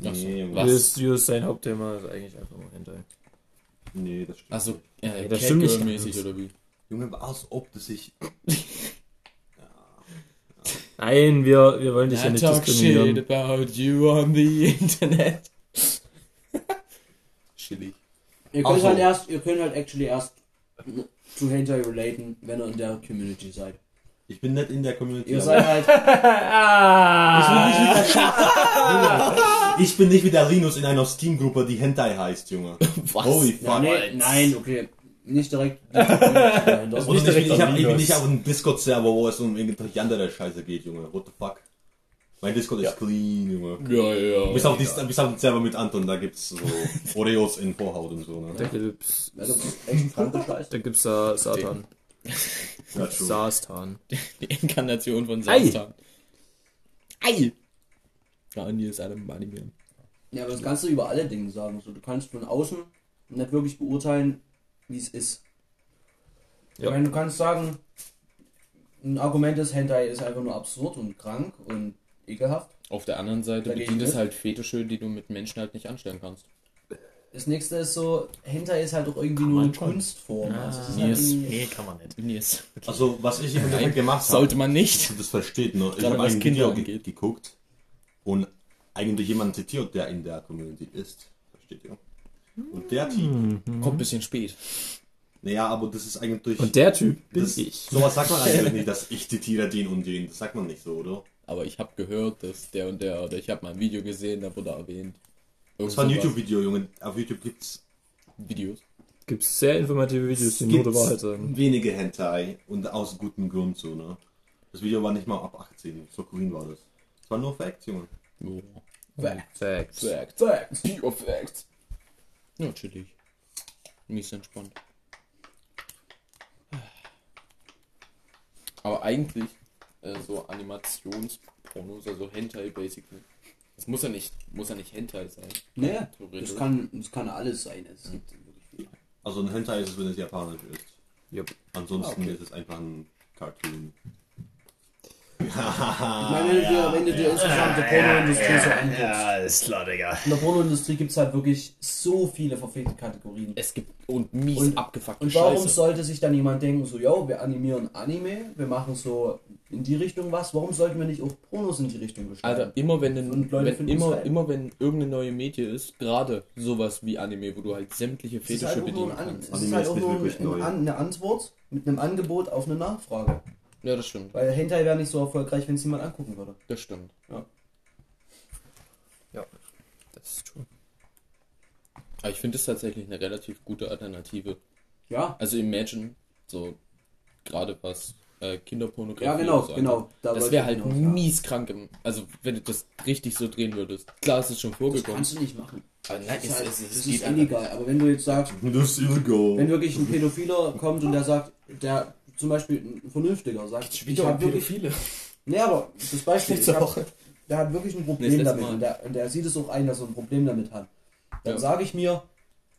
[SPEAKER 5] Ach so.
[SPEAKER 4] Nee,
[SPEAKER 5] Was?
[SPEAKER 1] Jus, Jus, sein Hauptthema ist eigentlich einfach nur Hentai.
[SPEAKER 4] nee, das stimmt.
[SPEAKER 5] Also, äh,
[SPEAKER 1] Ja, das stimmt nicht
[SPEAKER 5] mäßig
[SPEAKER 1] ganz.
[SPEAKER 5] oder wie?
[SPEAKER 4] Junge, als ob das sich.
[SPEAKER 1] Nein, wir, wir wollen dich ja
[SPEAKER 5] I
[SPEAKER 1] nicht
[SPEAKER 5] talk shit
[SPEAKER 1] diskriminieren.
[SPEAKER 5] about you on the internet. Chillig.
[SPEAKER 3] Ihr
[SPEAKER 4] Ach
[SPEAKER 3] könnt,
[SPEAKER 5] Also.
[SPEAKER 4] so.
[SPEAKER 3] halt erst, ihr könnt halt actually erst zu Hentai relaten, wenn ihr in der Community seid.
[SPEAKER 4] Ich bin nicht in der Community.
[SPEAKER 3] Ihr
[SPEAKER 4] aber-
[SPEAKER 3] seid halt,
[SPEAKER 1] Ah!
[SPEAKER 5] Ah.
[SPEAKER 4] Ich bin nicht wie der Linus in einer Steam-Gruppe, die Hentai heißt, Junge.
[SPEAKER 5] Was?
[SPEAKER 4] Holy
[SPEAKER 3] ja,
[SPEAKER 4] fuck.
[SPEAKER 3] nee, nein, okay, nicht direkt die Community dahinter.
[SPEAKER 4] Und ich, ich, hab, ich bin
[SPEAKER 1] Linus.
[SPEAKER 4] nicht auf einem Discord-Server, wo es um irgendwelche andere Scheiße geht, Junge. What the fuck? Mein Discord ist clean, Junge.
[SPEAKER 5] Ja, ja.
[SPEAKER 4] Bis auf, die, bis auf den Server mit Anton, da gibt's so Oreos in Vorhaut und so,
[SPEAKER 1] Da
[SPEAKER 4] ne?
[SPEAKER 1] gibt's,
[SPEAKER 3] Also, echt kranke Scheiße.
[SPEAKER 1] da gibt's äh, Satan.
[SPEAKER 4] Ja, true.
[SPEAKER 1] Satan.
[SPEAKER 5] Die Inkarnation von
[SPEAKER 1] Ei.
[SPEAKER 5] Satan. Ei! Ja, Andi ist allem Anime.
[SPEAKER 3] Ja, aber das kannst du über alle Dinge sagen. So, du kannst von außen nicht wirklich beurteilen, wie es ist.
[SPEAKER 1] Ja.
[SPEAKER 3] Ich meine, du kannst sagen, ein Argument ist, Hentai ist einfach nur absurd und krank und ekelhaft.
[SPEAKER 5] Auf der anderen Seite
[SPEAKER 3] Dagegen
[SPEAKER 5] bedient es
[SPEAKER 3] ist-
[SPEAKER 5] halt Fetische, die du mit Menschen halt nicht anstellen kannst.
[SPEAKER 3] Das nächste ist so, Hentai ist halt auch irgendwie nur eine Kunstform. Also, es ist halt irgendwie-
[SPEAKER 1] Nee, kann man nicht.
[SPEAKER 5] Yes.
[SPEAKER 4] Also, was ich im Endeffekt gemacht habe,
[SPEAKER 5] Sollte man nicht.
[SPEAKER 4] das versteht, ne? Ich
[SPEAKER 5] Gerade
[SPEAKER 4] habe
[SPEAKER 5] was
[SPEAKER 4] ein
[SPEAKER 5] Kinder
[SPEAKER 4] Video ge
[SPEAKER 5] angeht.
[SPEAKER 4] geguckt und eigentlich jemand zitiert, der in der Community ist. Versteht ihr? Und der Typ.
[SPEAKER 5] Kommt ein bisschen spät.
[SPEAKER 4] Naja, aber das ist eigentlich.
[SPEAKER 1] Und der Typ bin
[SPEAKER 4] das,
[SPEAKER 1] ich.
[SPEAKER 4] Sowas sagt man eigentlich nicht, dass ich zitiere den und den. Das sagt man nicht so, oder?
[SPEAKER 5] Aber ich habe gehört, dass der und der, oder ich habe mal ein Video gesehen, da wurde erwähnt. Irgend
[SPEAKER 4] Das war ein
[SPEAKER 5] sowas.
[SPEAKER 4] YouTube-Video, Junge. Auf YouTube gibt's,
[SPEAKER 5] Videos.
[SPEAKER 1] Gibt's sehr informative Videos, die nur der Wahrheit ähm.
[SPEAKER 4] gibt's
[SPEAKER 1] sagen.
[SPEAKER 4] wenige Hentai und aus gutem Grund so, ne? Das Video war nicht mal ab 18, so grün war das. Das war nur Facts, Junge.
[SPEAKER 5] Oh.
[SPEAKER 1] Facts.
[SPEAKER 5] Facts. Facts. Pure Facts. Ja, chillig. Mies entspannt. Aber eigentlich äh, so Animationspornos, also Hentai basically. Es muss ja nicht, muss ja nicht Hentai sein.
[SPEAKER 3] Naja,
[SPEAKER 5] Theoretisch.
[SPEAKER 3] das kann, das kann alles sein. Es gibt wirklich viel.
[SPEAKER 4] Also ein Hentai ist es, wenn es japanisch ist.
[SPEAKER 1] Jupp. Ah,
[SPEAKER 4] Ansonsten ist es einfach ein Cartoon.
[SPEAKER 3] Ich meine, wenn du dir, wenn du dir insgesamt die Pornoindustrie so anguckst.
[SPEAKER 7] alles klar, Digga.
[SPEAKER 3] In der Pornoindustrie gibt es halt wirklich so viele verfehlte Kategorien.
[SPEAKER 5] Es gibt und mies
[SPEAKER 3] Und-
[SPEAKER 5] abgefuckte
[SPEAKER 3] Und warum
[SPEAKER 5] Scheiße.
[SPEAKER 3] sollte sich dann jemand denken, so, yo, wir animieren Anime, wir machen so in die Richtung was, warum sollten wir nicht auch Pornos in die Richtung gestalten?
[SPEAKER 5] Alter, immer wenn, ein-
[SPEAKER 3] Und Leute
[SPEAKER 5] wenn
[SPEAKER 3] finden es
[SPEAKER 5] immer,
[SPEAKER 3] geil.
[SPEAKER 5] immer wenn irgendeine neue Medie ist, gerade sowas wie Anime, wo du halt sämtliche
[SPEAKER 3] es ist
[SPEAKER 5] Fetische
[SPEAKER 3] halt auch nur,
[SPEAKER 5] bedienen
[SPEAKER 3] ein, An- es
[SPEAKER 5] kannst.
[SPEAKER 3] ist
[SPEAKER 4] Anime
[SPEAKER 3] halt
[SPEAKER 4] ist
[SPEAKER 3] auch
[SPEAKER 4] nicht
[SPEAKER 3] nur
[SPEAKER 4] wirklich
[SPEAKER 3] ein,
[SPEAKER 4] neu.
[SPEAKER 3] ein, eine Antwort mit einem Angebot auf eine Nachfrage.
[SPEAKER 5] Ja, das stimmt.
[SPEAKER 3] Weil Hentai wäre nicht so erfolgreich, wenn es jemand angucken würde.
[SPEAKER 5] Das stimmt.
[SPEAKER 1] Das ist true.
[SPEAKER 5] Aber ich finde es tatsächlich eine relativ gute Alternative.
[SPEAKER 3] Ja,
[SPEAKER 5] Also Imagine, so gerade was äh, Kinderpornografie.
[SPEAKER 3] ja genau,
[SPEAKER 5] und so
[SPEAKER 3] genau.
[SPEAKER 5] angeht.
[SPEAKER 3] Da
[SPEAKER 5] das
[SPEAKER 3] wollte
[SPEAKER 5] wäre
[SPEAKER 3] ich
[SPEAKER 5] halt
[SPEAKER 3] hinaus, ja.
[SPEAKER 5] mies krank. Im, also wenn du das richtig so drehen würdest. Klar, es ist schon
[SPEAKER 3] Das
[SPEAKER 5] vorgekommen.
[SPEAKER 3] kannst du nicht machen.
[SPEAKER 5] Aber nein,
[SPEAKER 3] Das
[SPEAKER 5] es,
[SPEAKER 3] ist, halt,
[SPEAKER 5] es, es,
[SPEAKER 3] das
[SPEAKER 5] geht
[SPEAKER 3] ist
[SPEAKER 5] einfach
[SPEAKER 3] illegal. Aber wenn du jetzt sagst,
[SPEAKER 4] Das ist illegal.
[SPEAKER 3] Wenn wirklich ein Pädophiler kommt und der sagt, der zum Beispiel ein Vernünftiger sagt, ich habe wirklich. Nee, aber das Beispiel, ich hab, der hat wirklich ein
[SPEAKER 5] Nee,
[SPEAKER 3] Problem
[SPEAKER 5] das letzte
[SPEAKER 3] damit
[SPEAKER 5] Mal.
[SPEAKER 3] und der, und der sieht es auch ein, dass er ein Problem damit hat. Dann
[SPEAKER 5] Ja.
[SPEAKER 3] sage ich mir,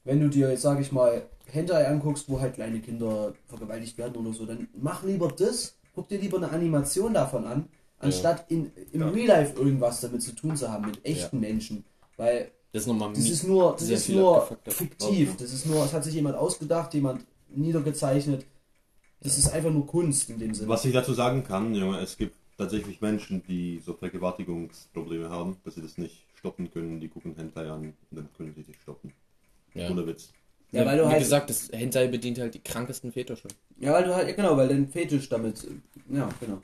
[SPEAKER 3] wenn du dir jetzt, sage ich mal, Hentai anguckst, wo halt kleine Kinder vergewaltigt werden oder so, dann mach lieber das, guck dir lieber eine Animation davon an, anstatt in, im Real Life irgendwas damit zu tun zu haben, mit echten Menschen. Weil
[SPEAKER 5] Das ist nochmal
[SPEAKER 3] das
[SPEAKER 5] mies.
[SPEAKER 3] ist nur, das
[SPEAKER 5] sehr
[SPEAKER 3] ist
[SPEAKER 5] viel
[SPEAKER 3] nur
[SPEAKER 5] abgefuckter. ne?
[SPEAKER 3] fiktiv. Das ist nur, es hat sich jemand ausgedacht, jemand niedergezeichnet. Das ist einfach nur Kunst in dem Sinne.
[SPEAKER 4] Was ich dazu sagen kann, Junge, es gibt tatsächlich Menschen, die so Vergewaltigungsprobleme haben, dass sie das nicht stoppen können. Die gucken Hentai an und dann können sie das stoppen.
[SPEAKER 5] Ja.
[SPEAKER 4] Ohne Witz.
[SPEAKER 3] Ja, weil du
[SPEAKER 5] Wie
[SPEAKER 3] halt-
[SPEAKER 5] gesagt, das Hentai bedient halt die krankesten Fetische.
[SPEAKER 3] Ja, weil du halt, ja, genau, weil dein Fetisch damit, äh, ja, genau.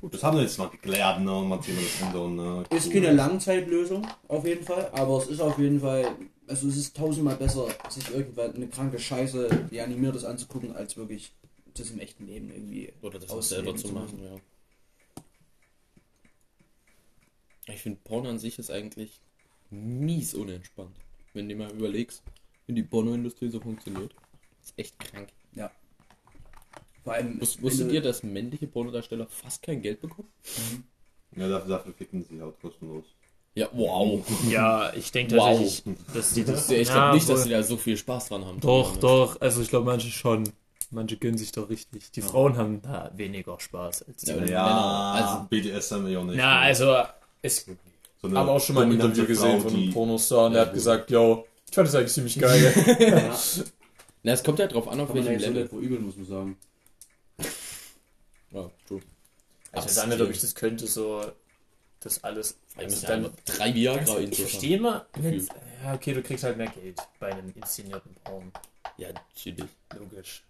[SPEAKER 4] Gut, das haben wir jetzt mal geklärt, ne? Und mal ziehen wir das Ende und, ne?
[SPEAKER 3] Ist
[SPEAKER 4] cool.
[SPEAKER 3] keine Langzeitlösung, auf jeden Fall, aber es ist auf jeden Fall, also es ist tausendmal besser, sich irgendwann eine kranke Scheiße, die animiert ist, anzugucken, als wirklich das im echten Leben irgendwie.
[SPEAKER 5] Oder das auch
[SPEAKER 3] Ausleben
[SPEAKER 5] selber zu
[SPEAKER 3] zu
[SPEAKER 5] machen, ja. Ich finde Porno an sich ist eigentlich mies unentspannt. Wenn du mal überlegst, wie die Pornoindustrie so funktioniert. Ist echt krank.
[SPEAKER 3] Ja. Vor allem.
[SPEAKER 5] Wus-
[SPEAKER 3] wenn
[SPEAKER 5] Wusstet
[SPEAKER 3] du-
[SPEAKER 5] ihr, dass männliche Pornodarsteller fast kein Geld bekommen?
[SPEAKER 4] Ja, dafür, dafür ficken sie halt kostenlos.
[SPEAKER 5] Ja, wow.
[SPEAKER 1] Ja, ich denke
[SPEAKER 5] Wow.
[SPEAKER 1] tatsächlich, dass die das.
[SPEAKER 5] Also ich
[SPEAKER 1] Ja,
[SPEAKER 5] glaube nicht, dass
[SPEAKER 1] wohl.
[SPEAKER 5] sie da so viel Spaß dran haben.
[SPEAKER 1] Doch,
[SPEAKER 5] Zumindest.
[SPEAKER 1] doch. Also ich glaube manche schon. Manche gönnen sich doch richtig. Die Frauen haben da weniger Spaß als die.
[SPEAKER 5] Ja,
[SPEAKER 1] Männer.
[SPEAKER 4] also
[SPEAKER 5] Männer,
[SPEAKER 4] BDSM ja auch nicht.
[SPEAKER 1] Na, also es
[SPEAKER 4] ne? So eine
[SPEAKER 1] Aber auch schon mal ein
[SPEAKER 4] dominante
[SPEAKER 1] Interview gesehen
[SPEAKER 4] Frau,
[SPEAKER 1] von einem
[SPEAKER 4] die-
[SPEAKER 1] Pornostar und der
[SPEAKER 4] Ja,
[SPEAKER 1] hat
[SPEAKER 4] gut.
[SPEAKER 1] gesagt, yo, ich fand das eigentlich ziemlich geil.
[SPEAKER 5] Na, es kommt ja drauf an, auf
[SPEAKER 3] Kann man da
[SPEAKER 5] welchem
[SPEAKER 3] jetzt so
[SPEAKER 5] Level.
[SPEAKER 3] nicht verübeln, muss man sagen.
[SPEAKER 5] Ja, true.
[SPEAKER 1] ich weiß auch nicht, ob ich Also das könnte, so das alles. Also dann,
[SPEAKER 5] drei Viagra
[SPEAKER 1] ich verstehe immer, wenn's-
[SPEAKER 5] Gefühl.
[SPEAKER 1] ja, okay, du kriegst halt mehr Geld bei einem inszenierten Porn.
[SPEAKER 5] Ja, natürlich.
[SPEAKER 1] Logisch.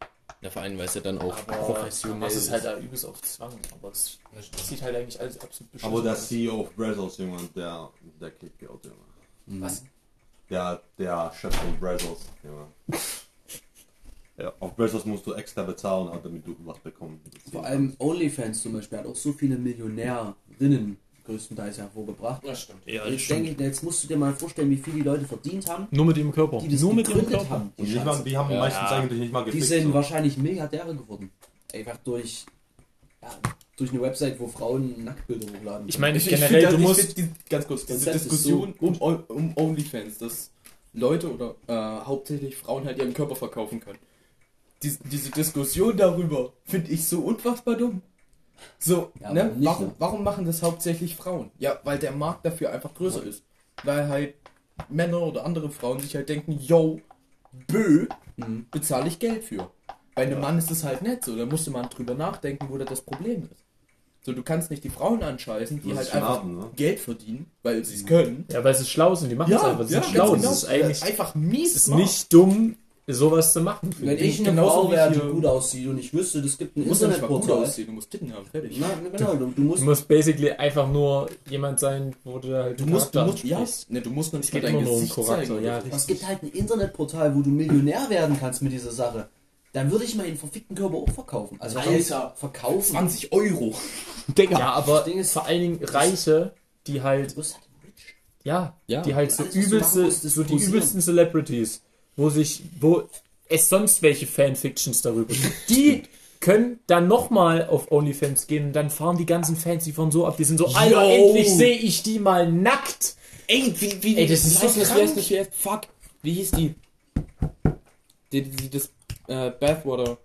[SPEAKER 5] Der Verein weiß ja dann auch
[SPEAKER 1] Aber
[SPEAKER 5] professionell.
[SPEAKER 1] Das ist halt
[SPEAKER 5] ist.
[SPEAKER 1] da übelst auf Zwang, aber es sieht halt eigentlich alles absolut beschissen
[SPEAKER 4] Aber der
[SPEAKER 1] aus.
[SPEAKER 4] CEO of Brazos, jemand, der, der kickt out, Junge.
[SPEAKER 1] Mhm.
[SPEAKER 3] Was?
[SPEAKER 4] Der, der Chef von Brazos, Junge. Ja, auf Brazos musst du extra bezahlen, halt, damit du was bekommst.
[SPEAKER 3] Vor allem OnlyFans zum Beispiel hat auch so viele Millionärinnen größtenteils hervorgebracht.
[SPEAKER 2] Ja, stimmt.
[SPEAKER 1] Ja,
[SPEAKER 3] Und ich denke, jetzt musst du dir mal vorstellen, wie viel die Leute verdient haben,
[SPEAKER 1] Nur mit ihrem Körper.
[SPEAKER 3] die das
[SPEAKER 1] Nur mit ihrem
[SPEAKER 3] gegründet
[SPEAKER 1] Körper.
[SPEAKER 3] haben.
[SPEAKER 4] Und
[SPEAKER 3] Die,
[SPEAKER 4] nicht mal,
[SPEAKER 3] Scheiße.
[SPEAKER 4] die haben meistens eigentlich nicht mal
[SPEAKER 3] die
[SPEAKER 4] gefickt.
[SPEAKER 3] sind
[SPEAKER 4] so.
[SPEAKER 3] wahrscheinlich Milliardäre geworden. Einfach durch, ja, durch eine Website, wo Frauen Nacktbilder hochladen.
[SPEAKER 1] Ich meine,
[SPEAKER 6] Ich, ich
[SPEAKER 1] generell,
[SPEAKER 6] finde,
[SPEAKER 1] du
[SPEAKER 6] ich
[SPEAKER 1] musst.
[SPEAKER 6] find die, ganz kurz, diese
[SPEAKER 3] Konzept ist
[SPEAKER 6] Diskussion um, Eu- um OnlyFans, dass Leute oder äh, hauptsächlich Frauen halt ihren Körper verkaufen können. Dies, diese Diskussion darüber finde ich so unfassbar dumm. So,
[SPEAKER 3] Ja,
[SPEAKER 6] ne?
[SPEAKER 3] warum nicht,
[SPEAKER 6] Warum,
[SPEAKER 3] ne?
[SPEAKER 6] warum machen das hauptsächlich Frauen? Ja, weil der Markt dafür einfach größer ist. Weil halt Männer oder andere Frauen sich halt denken, yo, bö,
[SPEAKER 3] Mhm.
[SPEAKER 6] bezahle ich Geld für. Bei einem Mann ist es halt nicht so. Da musste man drüber nachdenken, wo da das Problem ist. So, du kannst nicht die Frauen anscheißen, die
[SPEAKER 4] musst
[SPEAKER 6] halt
[SPEAKER 4] schon
[SPEAKER 6] einfach
[SPEAKER 4] haben, ne?
[SPEAKER 6] Geld verdienen, weil sie es können.
[SPEAKER 1] Ja, weil sie schlau sind, die machen es einfach. Sie sind schlau.
[SPEAKER 6] ganz genau.
[SPEAKER 1] Das ist eigentlich
[SPEAKER 6] einfach mies.
[SPEAKER 1] es ist
[SPEAKER 6] smart.
[SPEAKER 1] nicht dumm, sowas zu machen.
[SPEAKER 3] Wenn
[SPEAKER 6] Ding
[SPEAKER 3] ich eine
[SPEAKER 6] genauso
[SPEAKER 3] Frau
[SPEAKER 6] wie
[SPEAKER 3] wäre, die
[SPEAKER 6] hier-
[SPEAKER 3] gut aussieht und ich wüsste, es gibt ein
[SPEAKER 6] Du musst ja nicht mal gut
[SPEAKER 3] Internetportal.
[SPEAKER 6] aussehen, du musst Titten haben, fertig.
[SPEAKER 3] Na, na, genau, du, du
[SPEAKER 1] Du
[SPEAKER 3] musst.
[SPEAKER 1] musst basically einfach nur jemand sein, wo du halt
[SPEAKER 6] Du musst, du musst, ja,
[SPEAKER 1] ansprichst.
[SPEAKER 6] ne, du musst noch nicht mal
[SPEAKER 1] geht
[SPEAKER 6] dein
[SPEAKER 1] immer nur um
[SPEAKER 6] Gesicht
[SPEAKER 1] Charakter,
[SPEAKER 6] zeigen.
[SPEAKER 1] ja,
[SPEAKER 6] oder so.
[SPEAKER 3] Es gibt halt ein Internetportal, wo du Millionär werden kannst mit dieser Sache. Dann würde ich meinen verfickten Körper auch verkaufen. Also was
[SPEAKER 2] Alter.
[SPEAKER 3] heißt verkaufen.
[SPEAKER 6] 20 Euro.
[SPEAKER 1] Ja, aber
[SPEAKER 3] Das Ding ist-
[SPEAKER 1] vor allen Dingen Reiche, die halt
[SPEAKER 3] Du bist halt rich.
[SPEAKER 1] Ja,
[SPEAKER 5] Ja.
[SPEAKER 1] die halt so
[SPEAKER 3] Alles, was du machen
[SPEAKER 1] übelste,
[SPEAKER 3] musst, ist
[SPEAKER 1] so die
[SPEAKER 3] posieren.
[SPEAKER 1] übelsten Celebrities, wo sich, wo es sonst welche Fanfictions darüber gibt. Die können dann nochmal auf OnlyFans gehen und dann fahren die ganzen Fans, die fahren so ab, die sind so, Alter, endlich sehe ich die mal nackt.
[SPEAKER 5] Ey, wie, wie,
[SPEAKER 1] Ey, das ist
[SPEAKER 5] ich
[SPEAKER 1] so
[SPEAKER 5] weiß nicht,
[SPEAKER 1] krank.
[SPEAKER 5] wer ist nicht, wer ist- Fuck. Wie hieß die? Die, die, die das äh, Bathwater.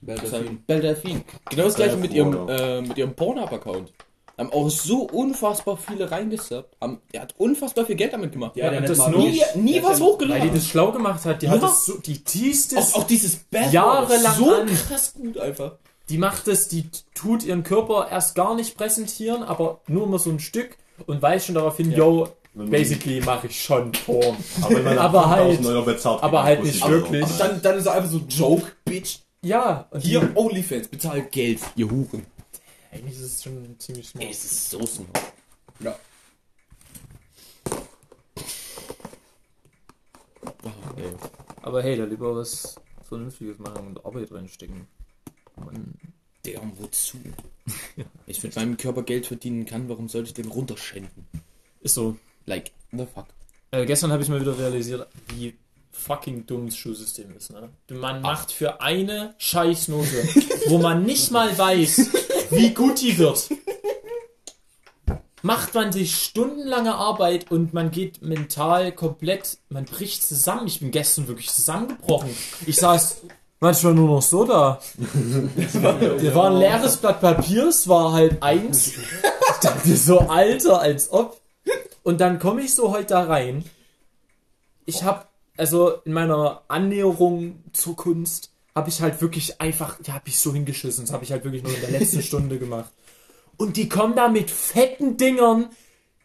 [SPEAKER 3] Delfin.
[SPEAKER 5] Belle Delphine. Genau das gleiche mit ihrem,
[SPEAKER 4] Bathwater.
[SPEAKER 5] äh, mit ihrem Pornhub-Account. Haben auch so unfassbar viele reingesubbt. Haben- Der hat unfassbar viel Geld damit gemacht.
[SPEAKER 3] Ja, der
[SPEAKER 1] und
[SPEAKER 3] hat
[SPEAKER 1] das
[SPEAKER 3] mal
[SPEAKER 1] nur-
[SPEAKER 5] nie nie was
[SPEAKER 1] Weil die
[SPEAKER 5] hochgeladen.
[SPEAKER 1] das schlau gemacht hat, die hat
[SPEAKER 5] Ja.
[SPEAKER 1] das so, die teast es,
[SPEAKER 5] Auch, auch dieses Bathwater.
[SPEAKER 1] Jahrelang
[SPEAKER 5] so
[SPEAKER 1] an.
[SPEAKER 5] krass gut einfach.
[SPEAKER 1] die macht es, die tut ihren Körper erst gar nicht präsentieren, aber nur immer so ein Stück und weiß schon darauf hin, yo,
[SPEAKER 4] Wenn man-
[SPEAKER 1] basically mache ich schon Porn.
[SPEAKER 4] Aber, wenn man
[SPEAKER 1] Aber
[SPEAKER 4] dann
[SPEAKER 1] halt-
[SPEAKER 4] 1000 Euro bezahlt,
[SPEAKER 1] aber halt
[SPEAKER 4] muss ich
[SPEAKER 1] nicht
[SPEAKER 4] mal
[SPEAKER 1] wirklich.
[SPEAKER 4] So.
[SPEAKER 6] Dann, dann ist er einfach so Joke, Bitch.
[SPEAKER 1] Ja, und
[SPEAKER 5] Hier, Onlyfans, bezahlt Geld, ihr Huren.
[SPEAKER 1] die- eigentlich ist es schon ziemlich smart.
[SPEAKER 5] Ey, es ist so smart.
[SPEAKER 6] Ja.
[SPEAKER 5] Ach, Oh, ey.
[SPEAKER 1] Aber hey, da lieber was Vernünftiges machen und Arbeit reinstecken. Mann.
[SPEAKER 5] Der wozu? Ich mit meinem Körper Geld verdienen kann, warum sollte ich den runterschenken?
[SPEAKER 1] Ist so.
[SPEAKER 5] Like, the fuck.
[SPEAKER 1] Äh, gestern habe ich mal wieder realisiert, wie fucking dumm das Schulsystem ist. Ne? Man macht für eine Scheißnote, wo man nicht mal weiß, wie gut die wird, macht man sich stundenlange Arbeit und man geht mental komplett, man bricht zusammen. Ich bin gestern wirklich zusammengebrochen. Ich saß manchmal nur noch so da. Wir war ein leeres Blatt Papier, es war halb eins. Ich dachte so, Alter, als ob. Und dann komme ich so heute da rein. Ich habe, also in meiner Annäherung zur Kunst, habe ich halt wirklich einfach, ja, habe ich so hingeschissen. Das habe ich halt wirklich nur in der letzten Stunde gemacht. Und die kommen da mit fetten Dingern,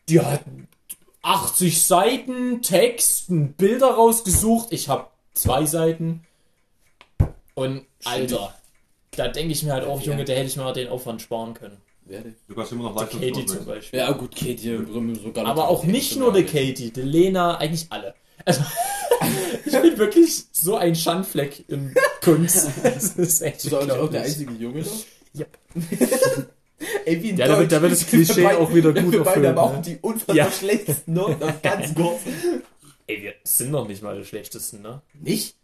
[SPEAKER 1] die hatten 80 Seiten, Texten, Bilder rausgesucht. Ich habe zwei Seiten. Und Alter, da denke ich mir halt auch, Junge, da hätte ich mir mal den Aufwand sparen können.
[SPEAKER 5] Werde.
[SPEAKER 4] Du kannst immer noch
[SPEAKER 1] Katie
[SPEAKER 4] Leistungssport
[SPEAKER 1] zum
[SPEAKER 4] bringen.
[SPEAKER 1] Beispiel.
[SPEAKER 5] Ja, gut, Katie, sogar
[SPEAKER 1] Aber auch nicht nur die Katie, die Lena, eigentlich alle. Also, ich bin wirklich so ein Schandfleck in Kunst. Das ist echt
[SPEAKER 6] Bist du eigentlich auch der
[SPEAKER 1] unglaublich.
[SPEAKER 6] einzige Junge da?
[SPEAKER 1] Ja.
[SPEAKER 6] Ey, wie in
[SPEAKER 1] Ja, da wird- da wird das Klischee auch wieder gut
[SPEAKER 6] Wir beide haben auch
[SPEAKER 1] erfüllt, ne?
[SPEAKER 6] die unfassbar
[SPEAKER 1] Ja.
[SPEAKER 6] schlechtesten Noten aus ganz kurz.
[SPEAKER 1] Ey, wir sind noch nicht mal die Schlechtesten, ne?
[SPEAKER 6] Nicht?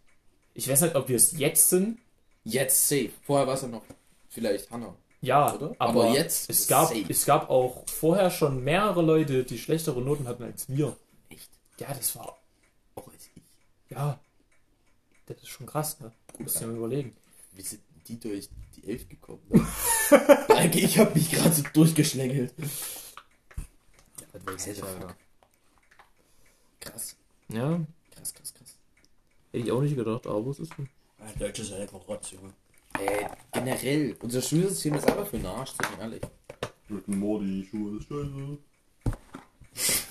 [SPEAKER 1] Ich weiß nicht, ob wir es jetzt sind.
[SPEAKER 6] Jetzt safe. Vorher war es ja noch vielleicht Hannah.
[SPEAKER 1] Ja,
[SPEAKER 6] Oder?
[SPEAKER 1] aber,
[SPEAKER 6] Aber
[SPEAKER 1] jetzt
[SPEAKER 6] jetzt
[SPEAKER 1] es gab,
[SPEAKER 6] safe.
[SPEAKER 1] es gab auch vorher schon mehrere Leute, die schlechtere Noten hatten als wir.
[SPEAKER 6] Echt?
[SPEAKER 1] Ja, das war,
[SPEAKER 6] Auch als Oh, ich.
[SPEAKER 1] ja, das ist schon krass, ne? Muss ich mir überlegen.
[SPEAKER 6] Wie sind die durch die Elf gekommen? Ne? Danke, ich habe mich gerade so durchgeschlängelt.
[SPEAKER 1] Ja,
[SPEAKER 2] halt weg, Alter.
[SPEAKER 5] Krass,
[SPEAKER 1] Ja,
[SPEAKER 5] krass, krass, krass.
[SPEAKER 1] hätte ich auch nicht gedacht, aber es ist so.
[SPEAKER 3] Deutsch ist halt einfach Rotz, Junge.
[SPEAKER 5] Ey, generell, unser Schulsystem ist aber für den Arsch, sind wir ehrlich.
[SPEAKER 4] Rick and Morty, Schule ist ne? scheiße.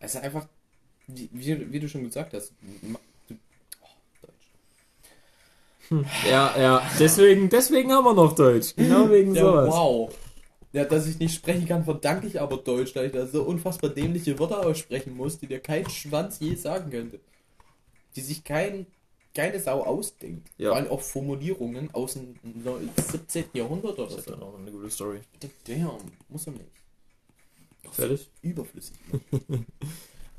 [SPEAKER 5] Also einfach, wie, wie, wie du schon gesagt hast, ma- du, oh, Deutsch.
[SPEAKER 1] Ja, ja, deswegen, deswegen haben wir noch Deutsch. Genau wegen
[SPEAKER 5] Ja,
[SPEAKER 1] sowas.
[SPEAKER 5] wow. Ja, dass ich nicht sprechen kann, verdanke ich aber Deutsch, da ich da so unfassbar dämliche Wörter aussprechen muss, die dir kein Schwanz je sagen könnte. Die sich kein, keine Sau ausdenkt.
[SPEAKER 1] Ja.
[SPEAKER 5] Vor allem auch Formulierungen aus dem 17. Jahrhundert oder
[SPEAKER 1] Das ist
[SPEAKER 5] so.
[SPEAKER 1] dann auch noch eine gute Story.
[SPEAKER 5] Damn, muss er nicht.
[SPEAKER 1] Fertig?
[SPEAKER 5] Überflüssig.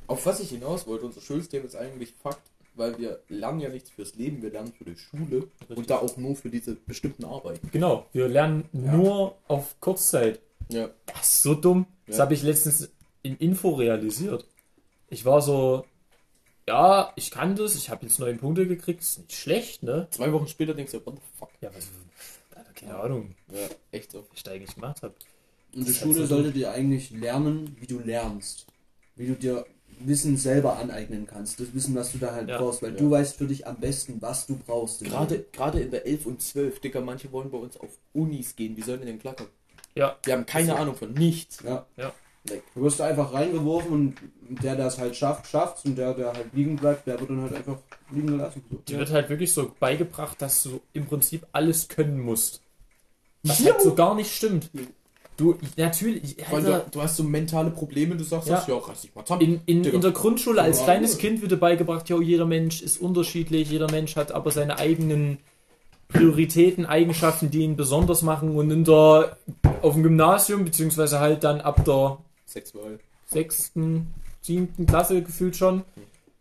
[SPEAKER 5] Auf was ich hinaus wollte, unser Schulsystem ist eigentlich Fakt, weil wir lernen ja nichts fürs Leben, wir lernen für die Schule und da auch nur für diese bestimmten Arbeiten.
[SPEAKER 1] Genau, wir lernen nur auf Kurzzeit.
[SPEAKER 5] Ja.
[SPEAKER 1] Das ist so dumm. Das
[SPEAKER 5] Ja.
[SPEAKER 1] habe ich letztens in Info realisiert. Ich war so, ja, ich kann das, ich habe jetzt neun Punkte gekriegt, ist nicht schlecht, ne?
[SPEAKER 5] Zwei Wochen später denkst du, what the fuck?
[SPEAKER 1] Ja, was, Alter, keine Ahnung,
[SPEAKER 5] Ja, echt so.
[SPEAKER 1] was ich da eigentlich gemacht habe.
[SPEAKER 3] In der
[SPEAKER 1] Das hat so-
[SPEAKER 3] Schule solltet ihr eigentlich lernen, wie du lernst. Wie du dir Wissen selber aneignen kannst. Das Wissen, was du da halt
[SPEAKER 1] Ja.
[SPEAKER 3] brauchst. Weil
[SPEAKER 5] Ja.
[SPEAKER 3] du weißt für dich am besten, was du brauchst. im
[SPEAKER 5] Gerade,
[SPEAKER 3] Leben.
[SPEAKER 5] gerade in der 11 und 12, Digga, manche wollen bei uns auf Unis gehen. Wie sollen die denn klarkommen?
[SPEAKER 1] Ja.
[SPEAKER 5] Die haben keine Ahnung von nichts.
[SPEAKER 3] Ja.
[SPEAKER 1] Ja.
[SPEAKER 3] Du wirst da einfach reingeworfen und der, der es halt schafft, schafft's. Und der, der halt liegen bleibt, der wird dann halt einfach liegen gelassen. So.
[SPEAKER 1] Dir wird halt wirklich so beigebracht, dass du im Prinzip alles können musst. Was halt so gar nicht stimmt. Du, natürlich,
[SPEAKER 5] Weil du,
[SPEAKER 1] Alter,
[SPEAKER 5] du hast so mentale Probleme, du sagst,
[SPEAKER 1] Also- Ja.
[SPEAKER 5] ja, ja reiß dich mal zusammen.
[SPEAKER 1] In, in,
[SPEAKER 5] Digga.
[SPEAKER 1] in der Grundschule als
[SPEAKER 5] Ja.
[SPEAKER 1] kleines Kind wird dir beigebracht, ja, jeder Mensch ist unterschiedlich, jeder Mensch hat aber seine eigenen Prioritäten, Eigenschaften, die ihn besonders machen. Und in der, auf dem Gymnasium, beziehungsweise halt dann ab der
[SPEAKER 5] Sexuell.
[SPEAKER 1] sechsten, siebten Klasse gefühlt schon,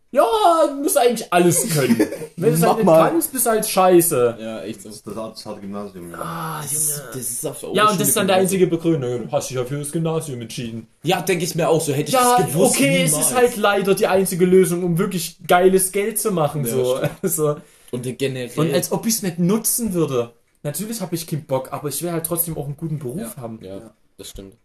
[SPEAKER 1] ja, du musst eigentlich alles können. Wenn du es halt nicht
[SPEAKER 5] mal.
[SPEAKER 1] kannst, bist du halt scheiße.
[SPEAKER 5] Ja, echt so.
[SPEAKER 4] Das ist das harte- das harte Gymnasium, ja.
[SPEAKER 1] Ah,
[SPEAKER 5] Das ist auf der
[SPEAKER 1] Ja, und das ist dann der
[SPEAKER 5] Oberschule
[SPEAKER 1] einzige Begründung. Du hast dich ja für das Gymnasium entschieden.
[SPEAKER 5] gewesen. Ja, denke ich mir auch so. Hätte ich
[SPEAKER 1] Ja,
[SPEAKER 5] das gewusst.
[SPEAKER 1] okay,
[SPEAKER 5] niemals.
[SPEAKER 1] es ist halt leider die einzige Lösung, um wirklich geiles Geld zu machen.
[SPEAKER 5] Ja,
[SPEAKER 1] so. Also,
[SPEAKER 5] Und generell.
[SPEAKER 1] und als ob ich es nicht nutzen würde. Natürlich habe ich keinen Bock, aber ich will halt trotzdem auch einen guten Beruf haben.
[SPEAKER 5] ja, das stimmt.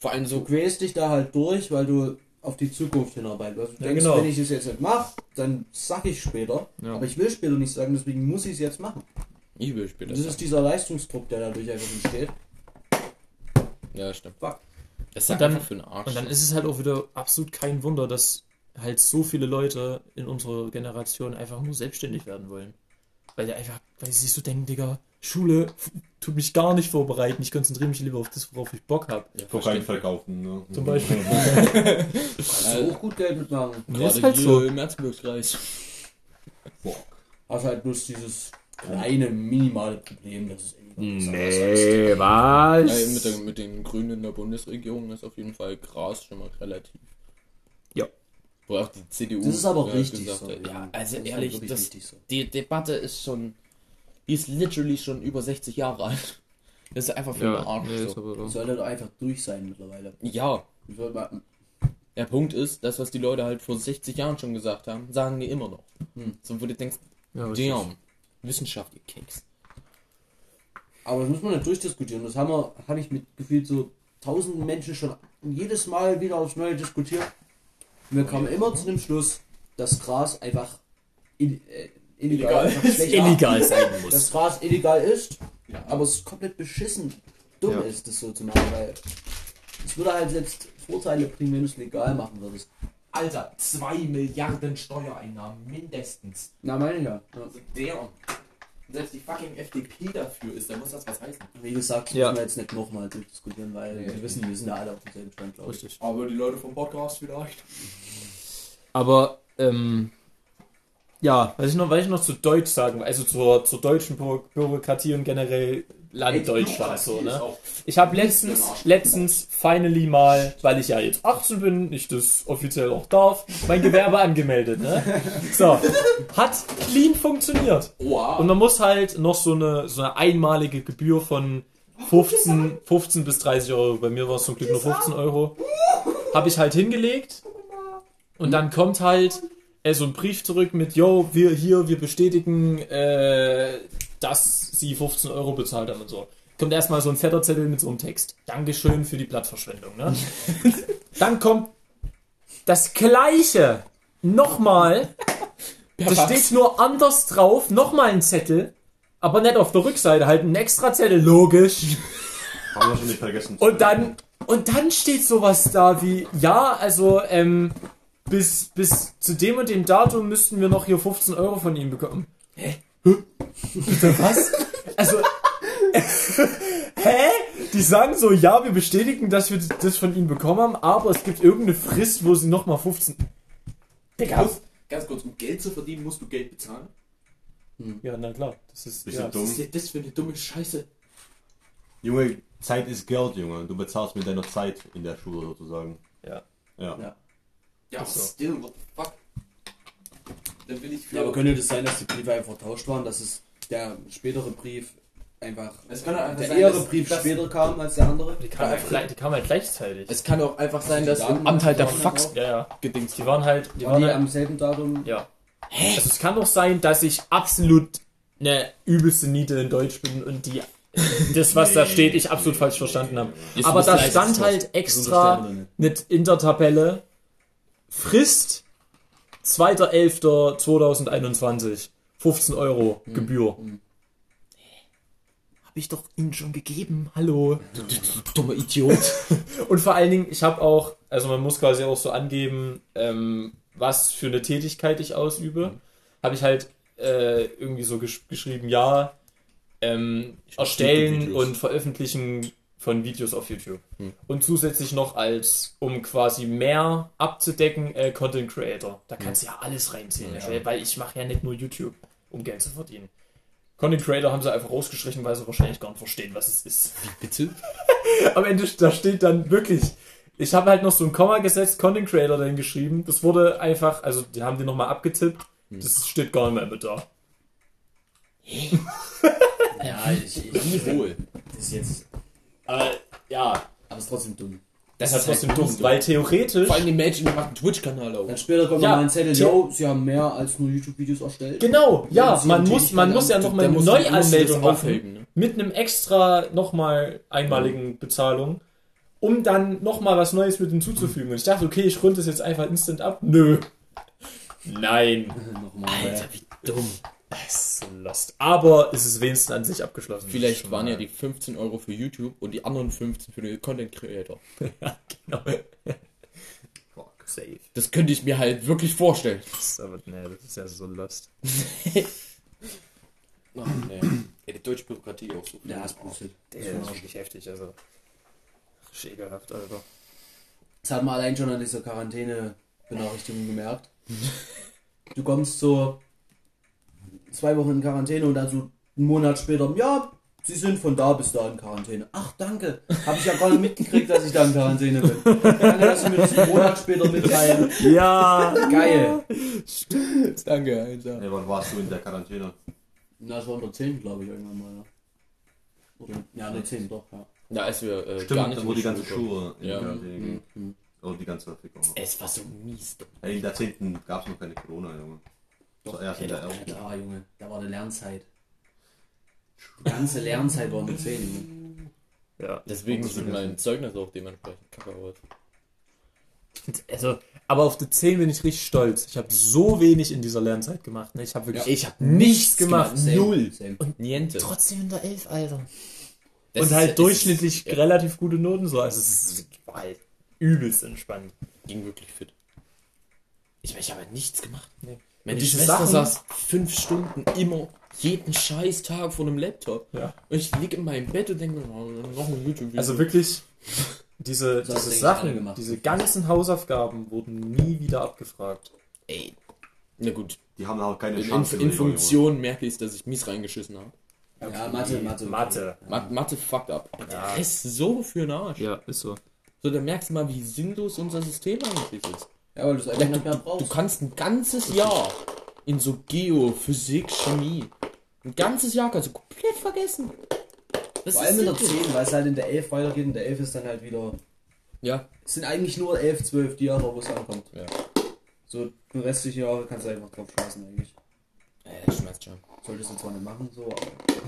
[SPEAKER 5] Vor allem
[SPEAKER 3] Du
[SPEAKER 5] so.
[SPEAKER 3] quälst dich da halt durch, weil du auf die Zukunft hinarbeitest. Also du
[SPEAKER 1] Ja,
[SPEAKER 3] denkst,
[SPEAKER 1] genau.
[SPEAKER 3] wenn ich es jetzt nicht mache, dann sag ich später.
[SPEAKER 1] Ja.
[SPEAKER 3] Aber ich will später nicht sagen, deswegen muss ich es jetzt machen.
[SPEAKER 5] Ich will später.
[SPEAKER 3] Das ist dieser Leistungsdruck, der dadurch einfach entsteht.
[SPEAKER 5] Ja, stimmt.
[SPEAKER 3] Fuck.
[SPEAKER 5] Das ist
[SPEAKER 1] dann-
[SPEAKER 5] einfach für den Arsch.
[SPEAKER 1] Und dann ist es halt auch wieder absolut kein Wunder, dass halt so viele Leute in unserer Generation einfach nur selbstständig werden wollen. Weil die einfach, weil sie sich so denken, Digga, Schule f- tut mich gar nicht vorbereiten, ich konzentriere mich lieber auf das, worauf ich Bock habe.
[SPEAKER 5] ja,
[SPEAKER 4] Kokain verkaufen, ne?
[SPEAKER 1] Zum Beispiel.
[SPEAKER 3] Kannst du auch gut Geld mitmachen.
[SPEAKER 1] Und
[SPEAKER 5] Gerade
[SPEAKER 1] das ist halt
[SPEAKER 5] hier
[SPEAKER 1] so.
[SPEAKER 5] im Erzgebirgskreis.
[SPEAKER 3] Hast halt bloß dieses kleine, minimale Problem, dass es irgendwie
[SPEAKER 1] Nee, was?
[SPEAKER 5] Ey, mit, den, mit den Grünen in der Bundesregierung ist auf jeden Fall Gras schon mal relativ.
[SPEAKER 1] Ja.
[SPEAKER 5] Wo auch die CDU.
[SPEAKER 3] Das ist aber
[SPEAKER 5] äh,
[SPEAKER 3] richtig
[SPEAKER 5] gesagt
[SPEAKER 3] so.
[SPEAKER 5] hat, Ja,
[SPEAKER 3] Das
[SPEAKER 5] also
[SPEAKER 3] ist halt
[SPEAKER 5] ehrlich,
[SPEAKER 3] wirklich
[SPEAKER 5] das,
[SPEAKER 3] richtig so.
[SPEAKER 5] die Debatte ist schon. Die ist literally schon über 60 Jahre alt. Das ist einfach für den Arsch. so.
[SPEAKER 1] aber
[SPEAKER 3] Soll halt einfach durch sein mittlerweile.
[SPEAKER 5] Ja,
[SPEAKER 3] Du soll mal-
[SPEAKER 5] der Punkt ist, das, was die Leute halt vor 60 Jahren schon gesagt haben, sagen die immer noch.
[SPEAKER 3] Hm.
[SPEAKER 5] So, wo du denkst, damn, Wissenschaft, ihr Keks.
[SPEAKER 3] Aber das muss man nicht durchdiskutieren. Das haben wir, habe ich mit gefühlt so tausenden Menschen schon jedes Mal wieder aufs Neue diskutiert. Und wir kamen immer zu dem Schluss, dass Gras einfach ill- äh, illegal, einfach schlecht
[SPEAKER 1] Illegal sein muss.
[SPEAKER 3] Dass Gras illegal ist, aber es ist komplett beschissen dumm ist, das so zu machen, weil es würde halt selbst Vorteile bringen, wenn du es legal machen würdest.
[SPEAKER 2] Alter, 2 Milliarden Steuereinnahmen mindestens.
[SPEAKER 3] Na, meine ich ja. ja.
[SPEAKER 2] Der. Selbst die fucking FDP dafür ist, da muss das was heißen.
[SPEAKER 3] Wie gesagt, das
[SPEAKER 1] Ja.
[SPEAKER 3] müssen wir jetzt nicht nochmal durchdiskutieren, weil wir wissen, wir sind da alle auf demselben Stand, glaube ich.
[SPEAKER 1] Richtig.
[SPEAKER 2] Aber die Leute vom Podcast vielleicht.
[SPEAKER 1] Aber, ähm, ja, was ich noch, was ich noch zu Deutsch sagen, will, also zur, zur deutschen Bü- Bürokratie und generell Land Deutschland, so, ne? Ich habe letztens, letztens, finally mal, weil ich ja jetzt 18 bin, ich das offiziell auch darf, mein Gewerbe angemeldet, ne? So, hat clean funktioniert. Und
[SPEAKER 2] Wow.
[SPEAKER 1] man muss halt noch so eine, so eine einmalige Gebühr von 15, 15 bis 30 Euro, bei mir war es zum Glück nur 15 Euro, habe ich halt hingelegt. Und dann kommt halt äh, so ein Brief zurück mit, yo, wir hier, wir bestätigen, äh, dass sie 15 Euro bezahlt haben und so. kommt erstmal so ein fetter Zettel mit so einem Text. Dankeschön für die Blattverschwendung. Ne? Dann kommt das Gleiche nochmal. Da steht nur anders drauf, nochmal ein Zettel, aber nicht auf der Rückseite, halt ein extra Zettel, logisch.
[SPEAKER 4] Haben wir schon nicht vergessen.
[SPEAKER 1] Und dann, und dann steht sowas da wie, ja, also, ähm, bis, bis zu dem und dem Datum müssten wir noch hier 15 Euro von ihm bekommen. Hä? Bitte was? Also, hä? Die sagen so, ja, wir bestätigen, dass wir das von ihm bekommen haben, aber es gibt irgendeine Frist, wo sie nochmal 15... Digga.
[SPEAKER 6] Muss- Ganz kurz, um Geld zu verdienen, musst du Geld bezahlen.
[SPEAKER 1] Ja, na klar. Das ist,
[SPEAKER 4] Bisschen
[SPEAKER 1] ja,
[SPEAKER 4] dumm.
[SPEAKER 6] Was ist denn das für eine dumme Scheiße?
[SPEAKER 4] Junge, Zeit ist Geld, Junge. Du bezahlst mit deiner Zeit in der Schule sozusagen.
[SPEAKER 1] Ja.
[SPEAKER 4] Ja.
[SPEAKER 3] Ja.
[SPEAKER 6] Ja, still, what the fuck? Dann will ich für...
[SPEAKER 3] Ja, aber könnte das sein, dass die Briefe einfach vertauscht waren, dass es der spätere Brief einfach.
[SPEAKER 6] es kann auch einfach
[SPEAKER 3] der
[SPEAKER 6] sein,
[SPEAKER 3] ehere
[SPEAKER 6] dass-
[SPEAKER 3] Brief
[SPEAKER 6] dass-
[SPEAKER 3] später kam als der andere.
[SPEAKER 1] Die kamen halt, gleich- die kamen halt gleichzeitig.
[SPEAKER 6] Es kann auch einfach sein, dass
[SPEAKER 3] Daten-
[SPEAKER 6] im Amt halt der
[SPEAKER 3] Daten-
[SPEAKER 6] Fax
[SPEAKER 1] ja, ja.
[SPEAKER 6] gedings.
[SPEAKER 1] Die waren halt... Die
[SPEAKER 3] Waren
[SPEAKER 1] waren
[SPEAKER 3] die
[SPEAKER 1] halt
[SPEAKER 3] am selben Datum?
[SPEAKER 1] Ja. Also es kann doch sein, dass ich absolut eine übelste Niete in Deutsch bin und die das, was da steht, ich absolut falsch verstanden habe.
[SPEAKER 5] Jetzt
[SPEAKER 1] Aber
[SPEAKER 5] muss
[SPEAKER 1] da
[SPEAKER 5] leise
[SPEAKER 1] stand
[SPEAKER 5] sein.
[SPEAKER 1] halt extra mit in der Tabelle Frist 2.11.2021. 15 Euro Gebühr. Hab ich doch Ihnen schon gegeben. Hallo.
[SPEAKER 5] Dummer Idiot.
[SPEAKER 1] Und vor allen Dingen, ich habe auch, also man muss quasi auch so angeben, ähm, was für eine Tätigkeit ich ausübe. Habe ich halt äh, irgendwie so gesch geschrieben, ja, ähm, erstellen
[SPEAKER 4] Videos.
[SPEAKER 1] und veröffentlichen von Videos auf YouTube. Und zusätzlich noch als, um quasi mehr abzudecken, äh, Content Creator. Da kannst du ja alles reinziehen, weil ich mache ja nicht nur YouTube, um Geld zu verdienen. Content Creator haben sie einfach rausgestrichen, weil sie wahrscheinlich gar nicht verstehen, was es ist.
[SPEAKER 5] Bitte?
[SPEAKER 1] Am Ende da steht dann wirklich. Ich habe halt noch so ein Komma gesetzt, Content Creator dann geschrieben. Das wurde einfach, also die haben den nochmal abgetippt. Das steht gar nicht mehr mit da.
[SPEAKER 3] Ja, ich, ich
[SPEAKER 5] Wohl.
[SPEAKER 3] Hm. das ist jetzt.
[SPEAKER 1] Aber ja,
[SPEAKER 3] Aber es ist trotzdem dumm.
[SPEAKER 1] das ist halt trotzdem dumm, weil theoretisch.
[SPEAKER 5] Vor allem die Mädchen die macht einen Twitch-Kanal auf.
[SPEAKER 3] Dann später kommt
[SPEAKER 1] Ja,
[SPEAKER 3] nochmal ein Zettel,
[SPEAKER 1] die-
[SPEAKER 3] yo, sie haben mehr als nur YouTube-Videos erstellt.
[SPEAKER 1] Genau, ja,
[SPEAKER 3] sie
[SPEAKER 1] man
[SPEAKER 3] die
[SPEAKER 1] muss,
[SPEAKER 3] nicht
[SPEAKER 1] man
[SPEAKER 3] mehr
[SPEAKER 1] muss ja
[SPEAKER 3] dann-
[SPEAKER 1] nochmal
[SPEAKER 5] da
[SPEAKER 1] eine
[SPEAKER 5] muss- muss
[SPEAKER 1] Neuanmeldung
[SPEAKER 5] das
[SPEAKER 1] machen.
[SPEAKER 5] aufheben, ne?
[SPEAKER 1] Mit einem extra nochmal einmaligen Bezahlung, um dann nochmal was Neues mit hinzuzufügen. Und ich dachte, okay, ich runde das jetzt einfach instant ab. Nö. Nein.
[SPEAKER 3] Nochmal. ja.
[SPEAKER 5] Dumm.
[SPEAKER 1] Das ist so lost. Aber ist es wenigstens an sich abgeschlossen.
[SPEAKER 5] Vielleicht waren ja die 15 Euro für YouTube und die anderen 15 für den Content Creator.
[SPEAKER 1] Genau. Fuck. Safe.
[SPEAKER 5] Das könnte ich mir halt wirklich vorstellen.
[SPEAKER 1] Das ist aber, ne, das ist ja so lost.
[SPEAKER 6] Ach, nee. Ey, die deutsche Bürokratie auch so.
[SPEAKER 3] Ja, es pustet.
[SPEAKER 1] Das ist wirklich heftig, also. Schägerhaft, Alter.
[SPEAKER 3] Das hat man allein schon an dieser Quarantäne-Benachrichtigung gemerkt. Du kommst so zwei Wochen in Quarantäne und dann so einen Monat später, ja, sie sind von da bis da in Quarantäne. Ach, danke. Habe ich ja gar nicht mitgekriegt, dass ich da in Quarantäne bin. Danke, dass Sie mir das einen Monat später mitteilen.
[SPEAKER 1] Ja!
[SPEAKER 3] Geil.
[SPEAKER 5] Danke, Alter.
[SPEAKER 4] Ey, wann warst du in der Quarantäne?
[SPEAKER 3] Na, das war unter 10, glaube ich, irgendwann mal. Ne? Oder, ja, unter 10, doch, ja.
[SPEAKER 5] Na, als wir äh,
[SPEAKER 4] Stimmt,
[SPEAKER 5] gar nicht
[SPEAKER 4] dann wo
[SPEAKER 5] in
[SPEAKER 4] die ganze
[SPEAKER 5] Schule
[SPEAKER 4] Schule in
[SPEAKER 5] Ja.
[SPEAKER 4] die Quarantäne ging. Oh, die ganze Fickung.
[SPEAKER 5] kommen. Es war so mies.
[SPEAKER 4] Ey, in der 10. gab es noch keine Corona, Junge. Doch, erst in der 11.
[SPEAKER 3] Klar, ah, Junge, da war eine Lernzeit. Die ganze Lernzeit war unter 10, Junge.
[SPEAKER 5] Deswegen sind mein Zeugnis auch dementsprechend kacke aus.
[SPEAKER 1] Also, aber auf die 10 bin ich richtig stolz. Ich habe so wenig in dieser Lernzeit gemacht. Ne? Ich habe wirklich
[SPEAKER 5] Ich hab
[SPEAKER 1] nichts gemacht.
[SPEAKER 3] Genau, Same,
[SPEAKER 1] Null.
[SPEAKER 3] Same.
[SPEAKER 5] Niente.
[SPEAKER 1] Trotzdem in der 11, Alter.
[SPEAKER 5] Das
[SPEAKER 1] Und
[SPEAKER 5] ist-
[SPEAKER 1] halt
[SPEAKER 5] es
[SPEAKER 1] durchschnittlich
[SPEAKER 5] ist- ja,
[SPEAKER 1] relativ gute Noten so. Also, es ist halt übelst entspannt.
[SPEAKER 5] ging wirklich fit. Ich, ich habe nichts gemacht. Meine
[SPEAKER 1] Und diese
[SPEAKER 5] Schwester
[SPEAKER 1] Sachen-
[SPEAKER 5] saß fünf Stunden immer jeden scheiß Tag vor einem Laptop.
[SPEAKER 1] Ja.
[SPEAKER 5] Und ich lieg in meinem Bett und denke mir, oh, noch ein YouTube-Video.
[SPEAKER 1] Also wirklich, diese,
[SPEAKER 3] Das hast
[SPEAKER 1] diese
[SPEAKER 3] du
[SPEAKER 1] Sachen,
[SPEAKER 3] eigentlich gemacht.
[SPEAKER 1] diese ganzen Hausaufgaben wurden nie wieder abgefragt.
[SPEAKER 5] ey. Na gut,
[SPEAKER 4] Die haben auch keine
[SPEAKER 5] in,
[SPEAKER 4] Chance.
[SPEAKER 5] in, in Funktion merke ich, dass ich mies reingeschissen habe.
[SPEAKER 3] Ja, Mathe, Mathe.
[SPEAKER 1] Mathe.
[SPEAKER 5] Ma Mathe fucked up. Aber Der Rest so für den Arsch.
[SPEAKER 1] Ja, ist so.
[SPEAKER 5] So, da merkst du mal, wie sinnlos unser System eigentlich ist.
[SPEAKER 3] Ja, weil du es einfach
[SPEAKER 5] Du,
[SPEAKER 3] nicht mehr
[SPEAKER 5] du, du
[SPEAKER 3] brauchst.
[SPEAKER 5] kannst ein ganzes Jahr in so Geo, Physik, Chemie, ein ganzes Jahr kannst du komplett vergessen. Das
[SPEAKER 3] Vor allem in der
[SPEAKER 5] sinnlos.
[SPEAKER 3] 10, weil es halt in der 11 weitergeht und der 11 ist dann halt wieder.
[SPEAKER 5] Ja,
[SPEAKER 3] Es sind eigentlich nur 11, 12 die Jahre, wo es ankommt.
[SPEAKER 5] Ja.
[SPEAKER 3] So, die restliche Jahre kannst du einfach drauf schmeißen, eigentlich.
[SPEAKER 5] äh, das schmerzt schon.
[SPEAKER 3] Solltest du zwar nicht machen, so, aber.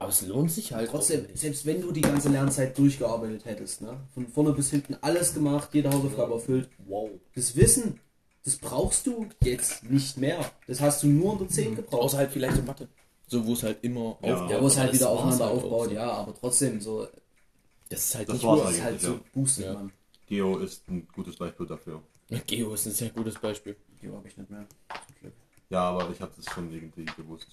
[SPEAKER 5] Aber es lohnt sich halt.
[SPEAKER 3] Trotzdem, selbst wenn du die ganze Lernzeit durchgearbeitet hättest, ne? von vorne bis hinten alles gemacht, jede Hausaufgabe erfüllt,
[SPEAKER 5] Wow.
[SPEAKER 3] das Wissen, das brauchst du jetzt nicht mehr. Das hast du nur unter 10 gebraucht.
[SPEAKER 5] Außer halt vielleicht in Mathe. So, wo es halt immer
[SPEAKER 4] Ja.
[SPEAKER 5] aufbaut.
[SPEAKER 3] Ja, wo es halt
[SPEAKER 5] Aber
[SPEAKER 3] wieder
[SPEAKER 5] das war's
[SPEAKER 3] aufeinander
[SPEAKER 5] halt auch
[SPEAKER 3] aufbaut,
[SPEAKER 5] so.
[SPEAKER 3] ja, aber trotzdem, so,
[SPEAKER 5] Das ist halt
[SPEAKER 4] Das
[SPEAKER 5] nicht
[SPEAKER 4] war's
[SPEAKER 5] nur-
[SPEAKER 3] das ist halt
[SPEAKER 4] eigentlich,
[SPEAKER 3] so
[SPEAKER 4] ja.
[SPEAKER 3] boostet,
[SPEAKER 5] Ja.
[SPEAKER 3] man.
[SPEAKER 4] Geo ist ein gutes Beispiel dafür.
[SPEAKER 5] Ja, Geo ist ein sehr gutes Beispiel.
[SPEAKER 3] Die hab ich nicht mehr.
[SPEAKER 4] Ja, aber ich habe das schon irgendwie gewusst.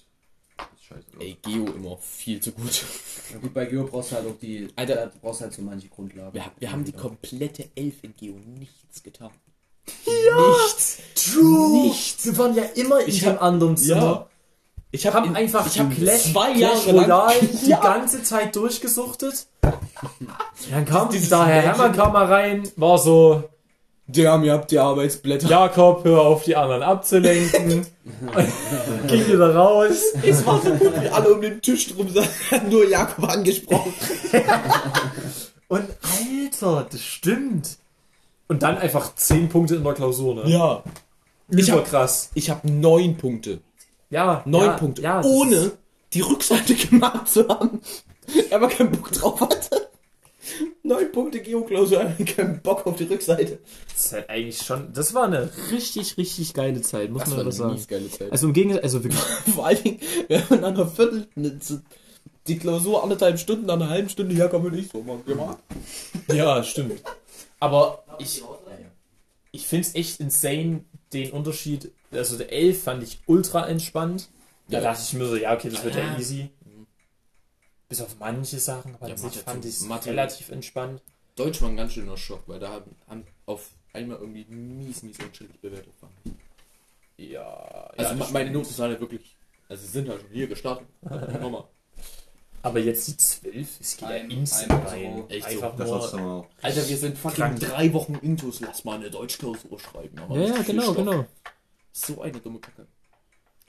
[SPEAKER 4] Das ist scheiße.
[SPEAKER 5] Ey, Geo immer viel zu gut.
[SPEAKER 3] Na gut, bei Geo brauchst du halt auch die,
[SPEAKER 5] Alter.
[SPEAKER 3] da brauchst du halt so manche Grundlagen.
[SPEAKER 5] Wir, wir haben die komplette Elf in Geo nichts getan.
[SPEAKER 1] Nichts. True. Nichts. Wir waren ja immer in dem anderen Zimmer.
[SPEAKER 5] Ich
[SPEAKER 1] Ich habe einfach
[SPEAKER 5] ich hab
[SPEAKER 1] komplett
[SPEAKER 5] zwei
[SPEAKER 1] Clash
[SPEAKER 5] Jahre lang-
[SPEAKER 1] Royale die ganze Zeit durchgesuchtet. Dann kam
[SPEAKER 5] Dieses
[SPEAKER 1] da Herr Hermann kam mal rein, war so,
[SPEAKER 5] Die haben ja die Arbeitsblätter.
[SPEAKER 1] Jakob, hör auf, die anderen abzulenken. Und ging wieder raus.
[SPEAKER 5] Es war so gut, wie alle um den Tisch drum saßen. Nur Jakob angesprochen.
[SPEAKER 1] Und Alter, das stimmt. Und dann einfach 10 Punkte in der Klausur, ne?
[SPEAKER 5] Ja.
[SPEAKER 1] ich
[SPEAKER 5] hab-
[SPEAKER 1] krass.
[SPEAKER 5] Ich habe neun Punkte.
[SPEAKER 1] Ja,
[SPEAKER 5] Neun
[SPEAKER 1] ja,
[SPEAKER 5] Punkte.
[SPEAKER 1] Ja, das ist-
[SPEAKER 5] ohne die Rückseite gemacht zu haben. Er aber keinen Bock drauf hatte. Neun Punkte Geoklausur, er hat keinen Bock auf die Rückseite.
[SPEAKER 1] Das ist halt eigentlich schon. Das war eine richtig, richtig geile Zeit, muss man aber sagen.
[SPEAKER 5] geile Zeit.
[SPEAKER 1] Also im Gegenteil, also wirklich.
[SPEAKER 5] Vor allen Dingen, wir haben in einer Viertel ne, zu- die Klausur anderthalb Stunden, einer halben Stunde Jakob und ich so mal gemacht.
[SPEAKER 1] ja, stimmt. Aber ich. Ich find's echt insane, den Unterschied. Also der 11 fand ich ultra entspannt. Da
[SPEAKER 5] Ja.
[SPEAKER 1] dachte ich mir so, ja, okay, das wird ja
[SPEAKER 5] Ja.
[SPEAKER 1] easy. Bis auf manche Sachen, aber
[SPEAKER 5] Ja,
[SPEAKER 1] an
[SPEAKER 5] Mathe
[SPEAKER 1] sich fand
[SPEAKER 5] zum-
[SPEAKER 1] ich
[SPEAKER 5] Mathe-
[SPEAKER 1] relativ entspannt.
[SPEAKER 5] Deutsch war ein ganz schöner Schock, weil da haben, haben auf einmal irgendwie mies, mies unterschiedlich bewertet waren.
[SPEAKER 1] Ja,
[SPEAKER 5] Also
[SPEAKER 1] ja,
[SPEAKER 5] me- meine Noten sind halt wirklich, also sie sind halt schon hier gestartet. Nochmal.
[SPEAKER 1] Aber jetzt die 12, es geht
[SPEAKER 6] Ein-
[SPEAKER 1] ja instant
[SPEAKER 6] ein-
[SPEAKER 1] rein.
[SPEAKER 6] so.
[SPEAKER 5] Echt
[SPEAKER 1] Einfach
[SPEAKER 4] Das hast du
[SPEAKER 1] nur.
[SPEAKER 4] mal.
[SPEAKER 5] Alter, wir sind fucking
[SPEAKER 1] Krank.
[SPEAKER 5] drei Wochen Intus. Lass mal eine Deutschklausur schreiben. aber nicht
[SPEAKER 1] genau,
[SPEAKER 5] viel Stoff. So eine dumme Kacke.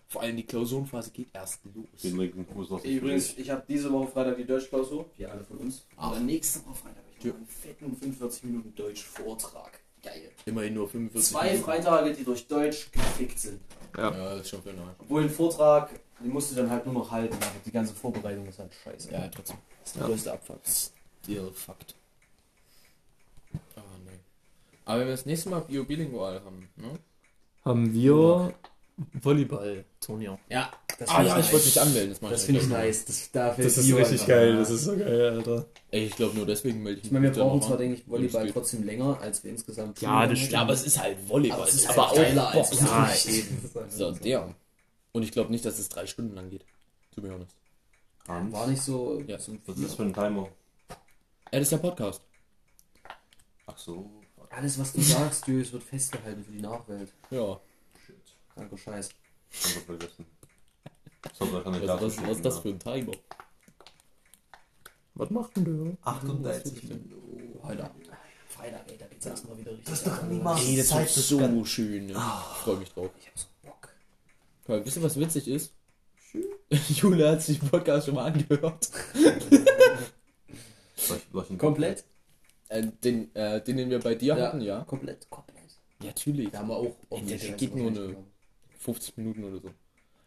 [SPEAKER 5] Vor allem die Klausurenphase geht erst los.
[SPEAKER 4] Den Fuß aus dem
[SPEAKER 2] Übrigens, ich habe diese Woche Freitag die Deutschklausur.
[SPEAKER 3] Wir alle von uns.
[SPEAKER 2] Aber nächste Woche Freitag habe ich noch einen fetten 45 Minuten Deutsch-Vortrag. Geil.
[SPEAKER 5] Immerhin nur 45
[SPEAKER 2] Zwei
[SPEAKER 5] Minuten.
[SPEAKER 2] Freitage, die durch Deutsch gefickt sind.
[SPEAKER 5] Ja, das ist schon für neu.
[SPEAKER 2] Obwohl ein Vortrag, den musst du dann halt nur noch halten. aber Die ganze Vorbereitung ist halt scheiße.
[SPEAKER 5] Ja, trotzdem.
[SPEAKER 2] Das ist der größte Abfuck.
[SPEAKER 5] Ihr fuckt. Ah, nee. Aber wenn wir das nächste Mal Bio-Bilingual haben, ne?
[SPEAKER 1] Haben wir Volleyball-Turnier.
[SPEAKER 5] Ja.
[SPEAKER 3] Das
[SPEAKER 5] Ah ja, ich wollte mich anmelden. Das, mach
[SPEAKER 3] Das
[SPEAKER 5] ich
[SPEAKER 3] finde ich
[SPEAKER 5] gleich.
[SPEAKER 3] nice. Das, da fällt
[SPEAKER 1] Das ist
[SPEAKER 2] halt
[SPEAKER 3] Bio
[SPEAKER 1] richtig
[SPEAKER 3] einfach
[SPEAKER 1] geil,
[SPEAKER 3] an.
[SPEAKER 1] das ist so geil, Alter.
[SPEAKER 5] Ey, ich glaube nur deswegen melde ich
[SPEAKER 3] Ich meine, wir
[SPEAKER 5] mich da
[SPEAKER 3] brauchen
[SPEAKER 5] noch
[SPEAKER 3] zwar,
[SPEAKER 5] an.
[SPEAKER 3] denke ich, Volleyball
[SPEAKER 5] Das geht.
[SPEAKER 3] trotzdem länger, als wir insgesamt.
[SPEAKER 1] Ja, das
[SPEAKER 5] Ja, aber es ist halt Volleyball.
[SPEAKER 3] Aber
[SPEAKER 5] Es ist aber auch
[SPEAKER 3] geiler als
[SPEAKER 5] Bock.
[SPEAKER 3] ja,
[SPEAKER 5] So, der. Und ich glaube nicht, dass es drei Stunden lang geht. To be honest.
[SPEAKER 4] Hans,
[SPEAKER 3] War nicht so
[SPEAKER 5] Ja.
[SPEAKER 3] zum
[SPEAKER 4] Was ist das für ein Timer?
[SPEAKER 5] Er ist ja Podcast.
[SPEAKER 4] Ach so.
[SPEAKER 3] Alles, was du sagst, Julius, wird festgehalten für die Nachwelt.
[SPEAKER 5] Ja.
[SPEAKER 3] Kranker Scheiß.
[SPEAKER 4] Haben wir vergessen. So, da kann ich dazu
[SPEAKER 5] Also, Was, was,
[SPEAKER 4] schicken,
[SPEAKER 5] was ist das
[SPEAKER 4] ja.
[SPEAKER 5] für ein Timer?
[SPEAKER 1] Was macht denn du?
[SPEAKER 4] 38 Minuten.
[SPEAKER 3] Heute Freitag, ey, da geht's erstmal wieder richtig. Das
[SPEAKER 5] Ey, das ist halt so schön. Ne? Ich freue mich drauf.
[SPEAKER 3] Ich hab so Bock.
[SPEAKER 5] Toll. Wisst ihr, was witzig ist? Jule hat sich den Podcast schon mal angehört.
[SPEAKER 4] Welch- welchen-
[SPEAKER 3] Komplett?
[SPEAKER 5] Äh, den, äh, den, den wir bei dir
[SPEAKER 3] Ja.
[SPEAKER 5] hatten, ja?
[SPEAKER 3] Komplett, komplett.
[SPEAKER 5] Ja, natürlich.
[SPEAKER 3] Da haben wir auch
[SPEAKER 5] der- der
[SPEAKER 3] Scheiße
[SPEAKER 5] geht nur
[SPEAKER 3] wahrscheinlich
[SPEAKER 5] eine-
[SPEAKER 3] gemacht.
[SPEAKER 5] 50 Minuten oder so.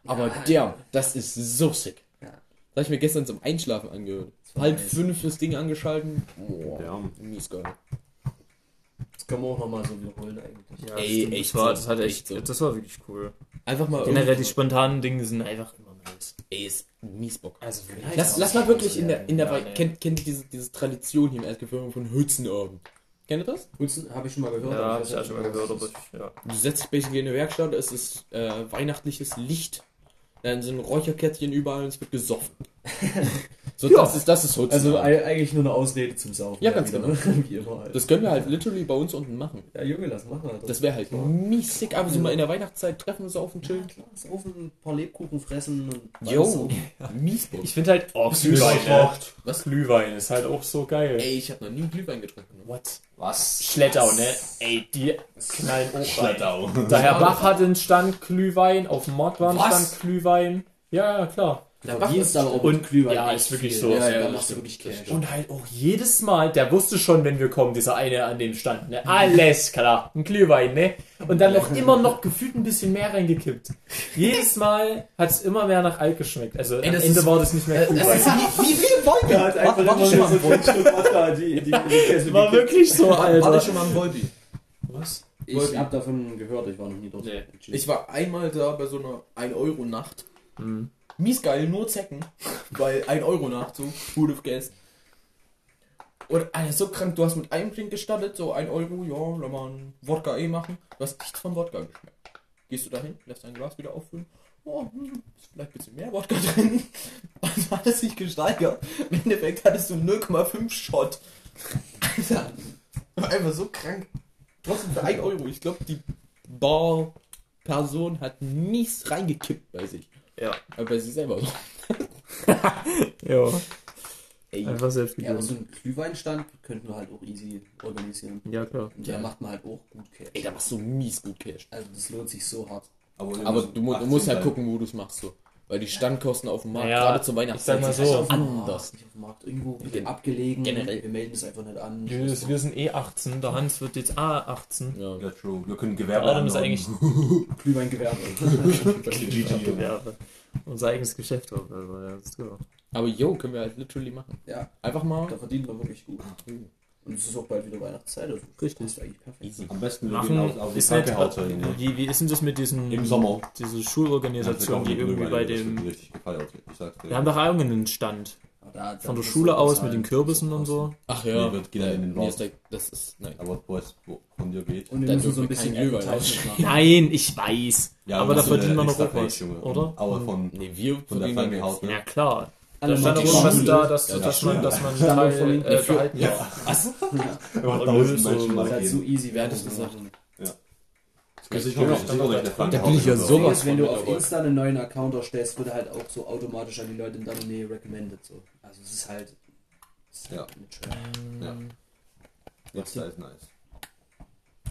[SPEAKER 5] Aber der, das ist so sick.
[SPEAKER 3] Ja.
[SPEAKER 5] Das habe ich mir gestern zum Einschlafen angehört. Halb fünf das Ding angeschalten. Boah,
[SPEAKER 4] Ja.
[SPEAKER 5] mies geil.
[SPEAKER 3] Das können wir auch nochmal so wiederholen eigentlich.
[SPEAKER 1] Ja,
[SPEAKER 5] Ey,
[SPEAKER 1] stimmt,
[SPEAKER 5] echt
[SPEAKER 1] das war,
[SPEAKER 5] so,
[SPEAKER 1] das hat echt,
[SPEAKER 5] echt so.
[SPEAKER 1] das war wirklich cool.
[SPEAKER 5] Einfach mal
[SPEAKER 1] Generell die
[SPEAKER 5] irgendwie-
[SPEAKER 1] spontanen Dinge sind einfach immer nice.
[SPEAKER 5] Ey, ist mies Bock.
[SPEAKER 1] Also wirklich.
[SPEAKER 5] Lass, lass mal wirklich in der, in der
[SPEAKER 1] Ja,
[SPEAKER 5] Wei-
[SPEAKER 1] nee.
[SPEAKER 5] kennt, kennt ihr diese, diese Tradition hier im Erzgebirge von Hützenabend? Kennt ihr das?
[SPEAKER 3] Hützen habe ich schon mal gehört.
[SPEAKER 1] Ja,
[SPEAKER 3] aber
[SPEAKER 1] hab
[SPEAKER 3] ich
[SPEAKER 1] ich auch
[SPEAKER 3] weiß
[SPEAKER 1] schon
[SPEAKER 3] nicht,
[SPEAKER 1] mal gehört,
[SPEAKER 3] was
[SPEAKER 1] aber
[SPEAKER 3] das ist.
[SPEAKER 1] ich, ja.
[SPEAKER 5] Du setzt dich basically in eine Werkstatt, es ist äh, weihnachtliches Licht, dann sind Räucherkettchen überall und es wird gesoffen. so,
[SPEAKER 1] Ja.
[SPEAKER 5] das ist, das ist Hützenabend.
[SPEAKER 3] Also ei- eigentlich nur eine Ausrede zum Saufen.
[SPEAKER 5] Ja, ganz
[SPEAKER 3] wieder,
[SPEAKER 5] genau.
[SPEAKER 3] ne? Wie immer halt.
[SPEAKER 5] das können wir halt literally bei uns unten machen.
[SPEAKER 3] ja, Junge, lass machen halt.
[SPEAKER 5] Das wäre halt mies sick, aber so mal in der Weihnachtszeit treffen, saufen,
[SPEAKER 3] ja,
[SPEAKER 5] chillen.
[SPEAKER 3] klar, saufen, ein paar Lebkuchen fressen und.
[SPEAKER 5] Yo, mies Bock.
[SPEAKER 1] Ich finde halt, oh, Glühwein, ne? Was? Glühwein ist halt auch so geil.
[SPEAKER 5] Ey, ich habe noch nie Glühwein getrunken. ne?
[SPEAKER 1] What?
[SPEAKER 4] Was?
[SPEAKER 1] Schlettau, ne? Ey, die knallen auch rein.
[SPEAKER 4] Schlettau.
[SPEAKER 1] Da Herr Bach hatte einen Stand Glühwein, auf dem Markt war ein Stand Glühwein. Ja, ja, klar.
[SPEAKER 3] Da verdienst du aber auch
[SPEAKER 1] Und
[SPEAKER 3] mit Glühwein.
[SPEAKER 1] ja,
[SPEAKER 3] echt
[SPEAKER 1] ist wirklich
[SPEAKER 3] viel.
[SPEAKER 1] so.
[SPEAKER 3] Also,
[SPEAKER 1] Ja,
[SPEAKER 3] da
[SPEAKER 8] das
[SPEAKER 3] machst du
[SPEAKER 8] stimmt,
[SPEAKER 3] wirklich Cash.
[SPEAKER 1] Und halt auch jedes Mal, der wusste schon, wenn wir kommen, dieser eine an dem Stand. Ne? Alles klar, ein Glühwein, ne? Und dann noch immer noch gefühlt ein bisschen mehr reingekippt. Jedes Mal hat es immer mehr nach Alt geschmeckt. Also am
[SPEAKER 5] das
[SPEAKER 1] Ende
[SPEAKER 5] ist-
[SPEAKER 1] war das nicht mehr
[SPEAKER 3] Also,
[SPEAKER 1] Glühwein.
[SPEAKER 5] Wie viel Wolken
[SPEAKER 9] hat einfach immer
[SPEAKER 5] warte
[SPEAKER 9] so
[SPEAKER 5] schon
[SPEAKER 9] ein Grundstück Wasser, die, die, die Kessel
[SPEAKER 1] War wirklich so,
[SPEAKER 5] Warte
[SPEAKER 1] Alter.
[SPEAKER 5] schon mal im Volby.
[SPEAKER 1] Was?
[SPEAKER 3] Ich hab davon gehört, ich war noch nie dort.
[SPEAKER 1] Nee.
[SPEAKER 5] Ich war einmal da bei so einer 1-Euro-Nacht. Mies geil, nur Zecken. Weil 1-Euro-Nachzug, Food of Gas. Und Alter, so krank, du hast mit einem Drink gestartet, so 1 Euro, ja, lass mal einen Wodka eh machen. Du hast nichts von Wodka geschmeckt. Gehst du dahin, lässt dein Glas wieder auffüllen. Oh, hm, ist vielleicht ein bisschen mehr Wodka drin. Also hat es sich gesteigert. Im Endeffekt hattest du 0,5 Shot. Alter, war einfach so krank. Trotzdem für 1 Euro. Ich glaube, die Bar Person hat mies reingekippt bei sich.
[SPEAKER 1] Ja.
[SPEAKER 5] Aber bei sich selber.
[SPEAKER 1] Ja. Einfach selbst
[SPEAKER 3] Ja, aber
[SPEAKER 1] gegeben.
[SPEAKER 3] so einen Glühweinstand könnten wir halt auch easy organisieren.
[SPEAKER 1] Ja, klar.
[SPEAKER 3] Und da macht man halt auch gut Cash.
[SPEAKER 5] Ey, da machst du mies gut Cash.
[SPEAKER 3] Also das lohnt sich so hart.
[SPEAKER 4] Aber, wir
[SPEAKER 5] Aber
[SPEAKER 4] müssen
[SPEAKER 5] du, mu- du
[SPEAKER 4] 18
[SPEAKER 5] musst halt
[SPEAKER 4] sein.
[SPEAKER 5] gucken, wo du es machst. So. Weil die Standkosten auf dem Markt,
[SPEAKER 1] Naja,
[SPEAKER 5] gerade zur Weihnachtszeit,
[SPEAKER 1] ich sag mal
[SPEAKER 5] sind
[SPEAKER 1] so,
[SPEAKER 5] echt
[SPEAKER 3] Markt,
[SPEAKER 5] anders.
[SPEAKER 3] nicht auf dem Markt. Irgendwo ein bisschen
[SPEAKER 5] Gen-
[SPEAKER 3] abgelegen.
[SPEAKER 5] generell.
[SPEAKER 3] Wir melden es einfach nicht an.
[SPEAKER 1] Wir sind eh 18, der Hans wird jetzt A18.
[SPEAKER 5] Ja.
[SPEAKER 4] Ja, true. Wir können Gewerbe
[SPEAKER 1] Adam ist eigentlich
[SPEAKER 3] Glühweingewerbe.
[SPEAKER 4] GG.
[SPEAKER 1] Gewerbe. Unser eigenes Geschäft haben. Also, ja, das ist klar.
[SPEAKER 5] Aber yo, können wir halt literally machen.
[SPEAKER 3] Ja.
[SPEAKER 5] Einfach mal.
[SPEAKER 3] Da verdienen wir wirklich gut. Und es ist auch bald wieder Weihnachtszeit. Also Richtig. Das ist eigentlich perfekt.
[SPEAKER 4] Am besten wir gehen
[SPEAKER 1] Machen
[SPEAKER 4] auf, auf die
[SPEAKER 1] ist halt nicht,
[SPEAKER 4] Kackehaut hin. ne?
[SPEAKER 1] wie, wie ist denn das mit diesen
[SPEAKER 4] Im Sommer.
[SPEAKER 1] diese
[SPEAKER 4] Dann wird
[SPEAKER 1] Schulorganisation,
[SPEAKER 4] auch
[SPEAKER 1] die
[SPEAKER 4] mit
[SPEAKER 1] irgendwie
[SPEAKER 4] Glühwein
[SPEAKER 1] bei
[SPEAKER 4] das wird
[SPEAKER 1] dem.
[SPEAKER 4] richtig gefeiert. Ich sag's dir.
[SPEAKER 1] Wir haben doch auch einen Stand.
[SPEAKER 3] Aber da-
[SPEAKER 1] Von
[SPEAKER 3] da
[SPEAKER 1] der
[SPEAKER 3] muss
[SPEAKER 1] Schule
[SPEAKER 3] man
[SPEAKER 1] aus mit
[SPEAKER 3] bezahlen.
[SPEAKER 1] den Kürbissen und so.
[SPEAKER 5] Ach
[SPEAKER 4] Nee, wird geht in den
[SPEAKER 5] mir ist
[SPEAKER 4] Raum.
[SPEAKER 5] der, das ist. Nein.
[SPEAKER 4] Aber wo es wo- von dir geht.
[SPEAKER 3] Und wir
[SPEAKER 5] Dann
[SPEAKER 3] müssen so ein
[SPEAKER 5] dürfen wir
[SPEAKER 3] bisschen
[SPEAKER 5] keinen Glühwein
[SPEAKER 3] Advertisement machen.
[SPEAKER 1] Nein, ich weiß.
[SPEAKER 4] Ja,
[SPEAKER 1] aber da
[SPEAKER 4] das ist so
[SPEAKER 1] verdient man
[SPEAKER 4] eine
[SPEAKER 1] noch auch
[SPEAKER 4] extra
[SPEAKER 1] was,
[SPEAKER 4] Page, Junge.
[SPEAKER 1] oder?
[SPEAKER 4] Aber von,
[SPEAKER 5] Nee, wir
[SPEAKER 4] von der
[SPEAKER 5] verdienen
[SPEAKER 4] Family
[SPEAKER 5] nichts.
[SPEAKER 4] Haus.
[SPEAKER 1] Ja
[SPEAKER 4] Ne?
[SPEAKER 1] klar.
[SPEAKER 3] Alle
[SPEAKER 1] Da stand
[SPEAKER 3] mal
[SPEAKER 1] auch
[SPEAKER 3] die
[SPEAKER 1] schon was
[SPEAKER 3] Schule.
[SPEAKER 1] da, dass,
[SPEAKER 4] Ja,
[SPEAKER 1] dass,
[SPEAKER 4] die
[SPEAKER 1] man,
[SPEAKER 4] Schule.
[SPEAKER 1] dass man
[SPEAKER 3] Da
[SPEAKER 1] Teil
[SPEAKER 3] verlinkt
[SPEAKER 1] äh,
[SPEAKER 3] man für-
[SPEAKER 1] behalten darf.
[SPEAKER 4] Über
[SPEAKER 1] Und
[SPEAKER 4] tausend
[SPEAKER 1] so-
[SPEAKER 4] Menschen mal
[SPEAKER 3] Das ist halt so
[SPEAKER 4] gehen.
[SPEAKER 3] easy. Wer
[SPEAKER 5] Wer hat
[SPEAKER 3] das
[SPEAKER 5] das gesagt?
[SPEAKER 3] gesagt?
[SPEAKER 4] Ja,
[SPEAKER 1] Also
[SPEAKER 5] Genau.
[SPEAKER 4] sicherlich, sicherlich eine Family
[SPEAKER 5] bin ich ja
[SPEAKER 4] Haus.
[SPEAKER 5] so- Sowas
[SPEAKER 3] ist, wenn
[SPEAKER 5] von
[SPEAKER 3] du auf
[SPEAKER 5] mittlerweile.
[SPEAKER 3] Insta einen neuen Account erstellst, wird er halt auch so automatisch an die Leute in deiner Nähe recommended. So. Also es ist halt. Es ist halt
[SPEAKER 4] Ja.
[SPEAKER 3] eine Trap.
[SPEAKER 4] Ja. Das ist nice.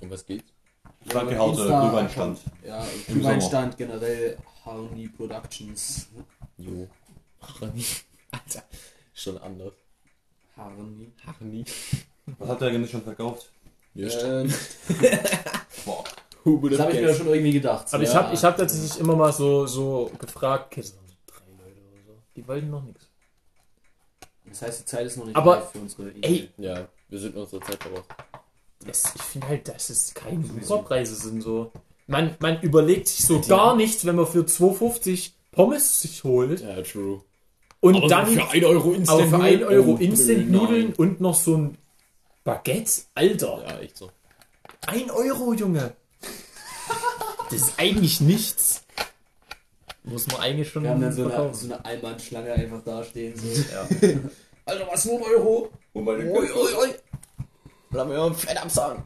[SPEAKER 5] Um was geht's?
[SPEAKER 4] Danke, Haute,
[SPEAKER 3] Insta-
[SPEAKER 4] Glühweinstand.
[SPEAKER 3] Ja,
[SPEAKER 4] äh, Im
[SPEAKER 3] Glühweinstand generell, Harmony Productions.
[SPEAKER 5] Jo. Harni. Alter. Schon anders.
[SPEAKER 3] Harmony.
[SPEAKER 5] Harni.
[SPEAKER 4] Was hat der denn schon verkauft?
[SPEAKER 3] Ähm,
[SPEAKER 4] Boah.
[SPEAKER 3] das habe ich mir schon irgendwie gedacht.
[SPEAKER 1] Aber ich habe ich hab tatsächlich immer mal so, so gefragt, okay, das waren so drei Leute oder so. Die wollten noch nichts.
[SPEAKER 3] Das heißt, die Zeit ist noch nicht
[SPEAKER 1] Aber-
[SPEAKER 3] reif für unsere Idee.
[SPEAKER 1] Ey,
[SPEAKER 5] Ja, wir sind unserer Zeit voraus.
[SPEAKER 1] das, ich finde halt, dass es keine Superpreise sind so. Man, man überlegt sich so gar nichts, wenn man für 2,50 Pommes sich holt
[SPEAKER 5] Ja, true.
[SPEAKER 1] und
[SPEAKER 5] Aber
[SPEAKER 1] dann
[SPEAKER 5] für 1 Euro Instant.
[SPEAKER 1] aber für 1 Euro Instant-Nudeln
[SPEAKER 5] Oh, Nein.
[SPEAKER 1] und noch so ein Baguette. Alter,
[SPEAKER 5] Ja, echt so.
[SPEAKER 1] 1 Euro, Junge. Das ist eigentlich nichts. Muss man eigentlich schon
[SPEAKER 3] Wir haben dann so eine,
[SPEAKER 1] verkaufen.
[SPEAKER 3] so eine Einbahnschlange einfach dastehen. So.
[SPEAKER 5] Alter, was nur ein Euro?
[SPEAKER 9] Und meine
[SPEAKER 5] Ui,
[SPEAKER 9] Köpfe.
[SPEAKER 5] ui, ui. Lass mir mal fett absagen.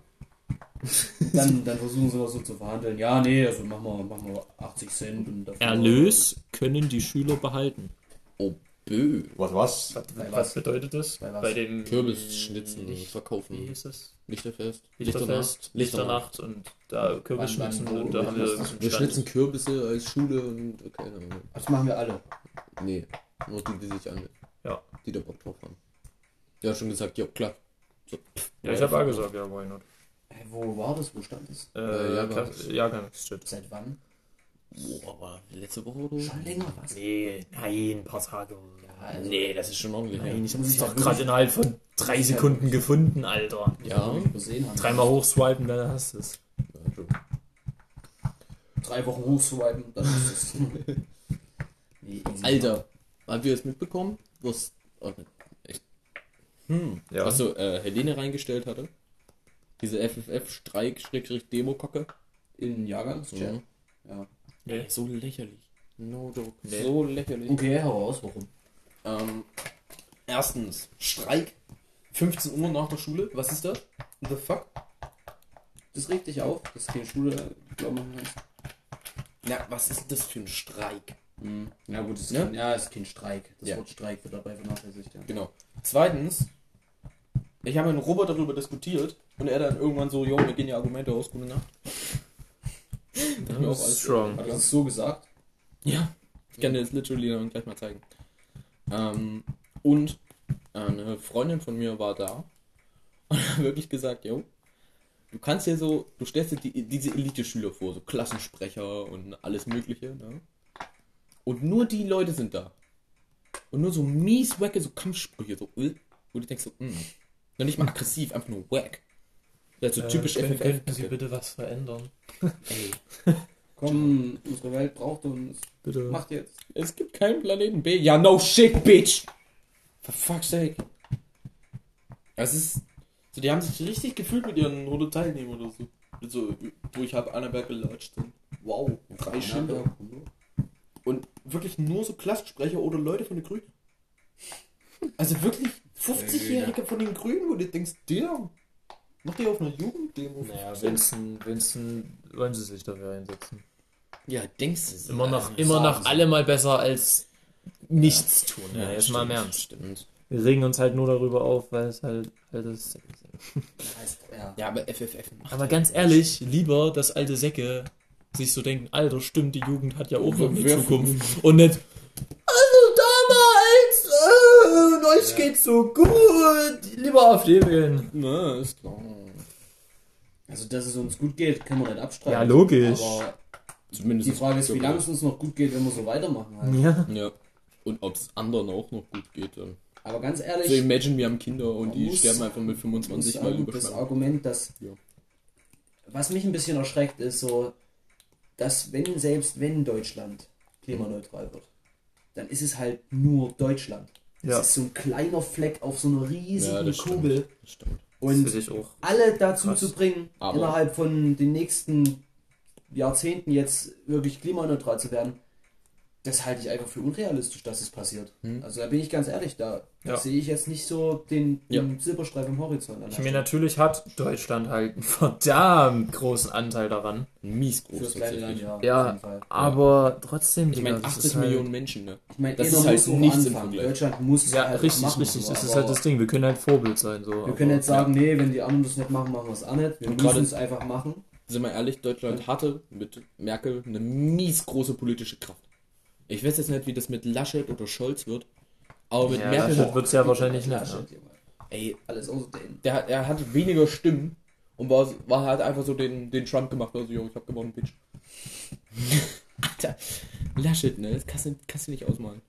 [SPEAKER 3] Dann, dann versuchen sie noch so zu verhandeln. Ja, nee, also machen wir, machen wir 80 Cent. Und dafür-
[SPEAKER 1] Erlös können die Schüler behalten.
[SPEAKER 5] Oh, bö.
[SPEAKER 4] Was, was?
[SPEAKER 3] Bei
[SPEAKER 1] Was
[SPEAKER 3] was?
[SPEAKER 1] bedeutet das?
[SPEAKER 3] Bei was?
[SPEAKER 1] dem
[SPEAKER 5] Kürbisschnitzen
[SPEAKER 1] Wie
[SPEAKER 5] verkaufen.
[SPEAKER 1] hieß es?
[SPEAKER 5] Lichterfest.
[SPEAKER 1] Lichterfest,
[SPEAKER 5] Lichternacht.
[SPEAKER 1] Lichternacht und da Kürbisschnitzen
[SPEAKER 3] Wann, wann,
[SPEAKER 1] und
[SPEAKER 3] wo?
[SPEAKER 1] da haben wir
[SPEAKER 3] Wir
[SPEAKER 1] einen
[SPEAKER 5] Wir
[SPEAKER 1] Stand.
[SPEAKER 5] schnitzen Kürbisse als Schule und äh, keine Ahnung.
[SPEAKER 3] Das machen wir alle.
[SPEAKER 5] Nee, nur die, die sich anmelden.
[SPEAKER 1] Ja.
[SPEAKER 5] Die da Bock drauf haben. Ja, schon gesagt, ja klar. So, pff,
[SPEAKER 1] Ja, ich habe auch gesagt, ja, why not?
[SPEAKER 3] Hey, wo war das? Wo stand das?
[SPEAKER 1] Äh,
[SPEAKER 5] Jahrgang.
[SPEAKER 1] Klasse- Jahrgang, stimmt.
[SPEAKER 3] Seit wann?
[SPEAKER 5] Boah, aber letzte Woche oder so?
[SPEAKER 3] Schon länger was?
[SPEAKER 1] Nee, nein, ein paar Tage.
[SPEAKER 3] Also,
[SPEAKER 5] Nee, das ist schon ordentlich.
[SPEAKER 1] Nein, ich habe
[SPEAKER 3] Muss
[SPEAKER 1] es
[SPEAKER 3] ich
[SPEAKER 1] doch
[SPEAKER 3] ja wirklich-
[SPEAKER 1] gerade innerhalb von drei Sekunden gefunden, Alter.
[SPEAKER 5] Ja.
[SPEAKER 3] Gesehen haben.
[SPEAKER 1] Dreimal hochswipen, dann hast du es.
[SPEAKER 5] ja true.
[SPEAKER 3] Drei Wochen hochzuweiten, dann ist es. nee,
[SPEAKER 1] Hm.
[SPEAKER 3] easy.
[SPEAKER 5] Alter, habt ihr das mitbekommen? Was, oh, echt. Hm,
[SPEAKER 1] Ja.
[SPEAKER 5] was so äh, Helene reingestellt hatte? Diese FFF-Streik-Demo-Kacke?
[SPEAKER 3] In Jahrgangschat?
[SPEAKER 5] Mhm.
[SPEAKER 3] Ja.
[SPEAKER 1] Nee.
[SPEAKER 5] So lächerlich. No joke.
[SPEAKER 1] Nee.
[SPEAKER 5] So lächerlich.
[SPEAKER 3] Okay, hau raus, warum?
[SPEAKER 5] Ähm, erstens, Streik. 15 Uhr nach der Schule. Was ist das? The fuck?
[SPEAKER 3] Das regt dich auf, dass du keine Schule glauben kannst.
[SPEAKER 5] äh, Na, was ist das für ein Streik?
[SPEAKER 3] Mhm. Ja, gut, das ist,
[SPEAKER 5] Ne?
[SPEAKER 3] kein, ja, ist kein Streik. Das
[SPEAKER 5] Ja.
[SPEAKER 3] Wort Streik wird dabei vernachlässigt. Ja.
[SPEAKER 5] Genau. Zweitens, ich habe mit Robert darüber diskutiert und er dann irgendwann so, jo, wir gehen ja Argumente aus, gute Nacht.
[SPEAKER 1] Das ist strong.
[SPEAKER 3] Hat er das so gesagt?
[SPEAKER 5] Ja. Ich kann dir das literally dann gleich mal zeigen. Ähm, und eine Freundin von mir war da und hat wirklich gesagt, jo, du kannst dir so, du stellst dir die, diese Elite-Schüler vor, so Klassensprecher und alles mögliche, ne? Und nur die Leute sind da. Und nur so mies wacke, so Kampfsprüche, so, äh, wo du denkst so, mm. Noch nicht mal aggressiv, einfach nur wack. Das
[SPEAKER 1] Äh,
[SPEAKER 5] ist so typisch
[SPEAKER 1] können,
[SPEAKER 5] FFF.
[SPEAKER 1] könnten Sie bitte was verändern?
[SPEAKER 3] Komm, unsere Welt braucht uns.
[SPEAKER 1] Bitte.
[SPEAKER 3] Macht jetzt.
[SPEAKER 5] Es gibt keinen Planeten B. Ja, no shit, bitch. For fuck's sake. Es ist.
[SPEAKER 10] So, die haben sich richtig gefühlt mit ihren 100 Teilnehmern oder so. Mit so durchhalb Annaberg gelatscht sind.
[SPEAKER 5] Wow.
[SPEAKER 10] Drei Schilder. Und wirklich nur so Klassensprecher oder Leute von den Grünen. Also wirklich 50-Jährige von den Grünen, wo du denkst, der macht ihr auf einer Jugenddemo.
[SPEAKER 1] Naja, Winston, Winston wollen sie sich dafür einsetzen.
[SPEAKER 5] Ja, denkst du. also
[SPEAKER 1] Immer noch, immer noch allemal besser als nichts tun. Ja, jetzt mal im Ernst.
[SPEAKER 5] Stimmt.
[SPEAKER 1] Wir regen uns halt nur darüber auf, weil es halt, halt das
[SPEAKER 5] Ja, aber FFF macht.
[SPEAKER 1] Aber ganz ehrlich, lieber, dass alte Säcke sich so denken, Alter, stimmt, die Jugend hat ja auch noch eine Zukunft. Und nicht, also damals, äh, euch geht's so gut, lieber AfD wählen.
[SPEAKER 5] Ne, ist klar.
[SPEAKER 3] Also, dass es uns gut geht, kann man nicht abstreiten.
[SPEAKER 1] Ja, logisch.
[SPEAKER 3] Aber
[SPEAKER 5] Zumindest.
[SPEAKER 3] die Frage ist, wie lange es uns noch gut geht, wenn wir so weitermachen. Halt.
[SPEAKER 1] Ja.
[SPEAKER 5] Ja. Und ob es anderen auch noch gut geht. Dann.
[SPEAKER 3] Aber ganz
[SPEAKER 5] So,
[SPEAKER 3] ehrlich,
[SPEAKER 5] imagine, wir haben Kinder und
[SPEAKER 3] Man
[SPEAKER 5] die
[SPEAKER 3] muss-
[SPEAKER 5] sterben einfach mit
[SPEAKER 3] muss
[SPEAKER 5] 25 Mal
[SPEAKER 3] sagen, das
[SPEAKER 5] überschlagen.
[SPEAKER 3] Argument, dass.
[SPEAKER 5] Ja.
[SPEAKER 3] Was mich ein bisschen erschreckt, ist so, dass wenn, selbst wenn Deutschland klimaneutral wird, dann ist es halt nur Deutschland.
[SPEAKER 1] Ja.
[SPEAKER 3] Das ist so ein kleiner Fleck auf so einer
[SPEAKER 5] Ja,
[SPEAKER 3] riesigen
[SPEAKER 5] das stimmt.
[SPEAKER 3] Kugel.
[SPEAKER 5] Das Stimmt.
[SPEAKER 3] Und
[SPEAKER 1] ich auch.
[SPEAKER 3] alle dazu
[SPEAKER 1] Krass.
[SPEAKER 3] zu bringen,
[SPEAKER 5] Aber-
[SPEAKER 3] innerhalb von den nächsten Jahrzehnten jetzt wirklich klimaneutral zu werden, das halte ich einfach für unrealistisch, dass es passiert. Also da bin ich ganz ehrlich, da
[SPEAKER 1] Hm. Ja.
[SPEAKER 3] sehe ich jetzt nicht so den,
[SPEAKER 5] Ja.
[SPEAKER 3] den Silberstreif im Horizont. an der
[SPEAKER 1] Ich meine,
[SPEAKER 3] Stelle.
[SPEAKER 1] natürlich hat Deutschland halt einen verdammt großen Anteil daran.
[SPEAKER 5] Mies groß.
[SPEAKER 3] Fürs kleine
[SPEAKER 5] tatsächlich.
[SPEAKER 3] Land, ja. auf
[SPEAKER 1] Ja,
[SPEAKER 3] jeden Fall.
[SPEAKER 1] aber trotzdem,
[SPEAKER 5] Ich meine,
[SPEAKER 1] Digga, das
[SPEAKER 5] 80
[SPEAKER 1] ist halt-
[SPEAKER 5] Millionen Menschen, ne?
[SPEAKER 3] Ich meine,
[SPEAKER 5] das
[SPEAKER 3] jeder
[SPEAKER 5] ist halt
[SPEAKER 3] muss auch
[SPEAKER 5] nichts im
[SPEAKER 3] anfangen.
[SPEAKER 5] Vergleich.
[SPEAKER 3] Deutschland muss
[SPEAKER 1] Ja,
[SPEAKER 3] halt
[SPEAKER 1] richtig,
[SPEAKER 3] machen,
[SPEAKER 1] richtig. Das
[SPEAKER 3] aber-
[SPEAKER 1] ist halt das Ding. Wir können halt Vorbild sein. So.
[SPEAKER 3] Wir können jetzt sagen, nee, wenn die anderen das nicht machen, machen wir es auch nicht. Wir
[SPEAKER 5] gerade-
[SPEAKER 3] müssen es einfach machen.
[SPEAKER 5] Sind wir ehrlich, Deutschland hatte mit Merkel eine mies große politische Kraft. Ich weiß jetzt nicht, wie das mit Laschet oder Scholz wird, aber mit
[SPEAKER 1] ja,
[SPEAKER 5] Merkel,
[SPEAKER 1] Merkel wird es ja wahrscheinlich nicht. ne?
[SPEAKER 3] Laschet,
[SPEAKER 1] Ja.
[SPEAKER 3] Junge.
[SPEAKER 5] ey,
[SPEAKER 3] Alles außer denen.
[SPEAKER 5] der, hat- er hatte weniger Stimmen und war, war hat einfach so den, den Trump gemacht, also, yo, ich hab gewonnen, Bitch. Alter, Laschet, ne, das kannst du, kannst du nicht ausmalen.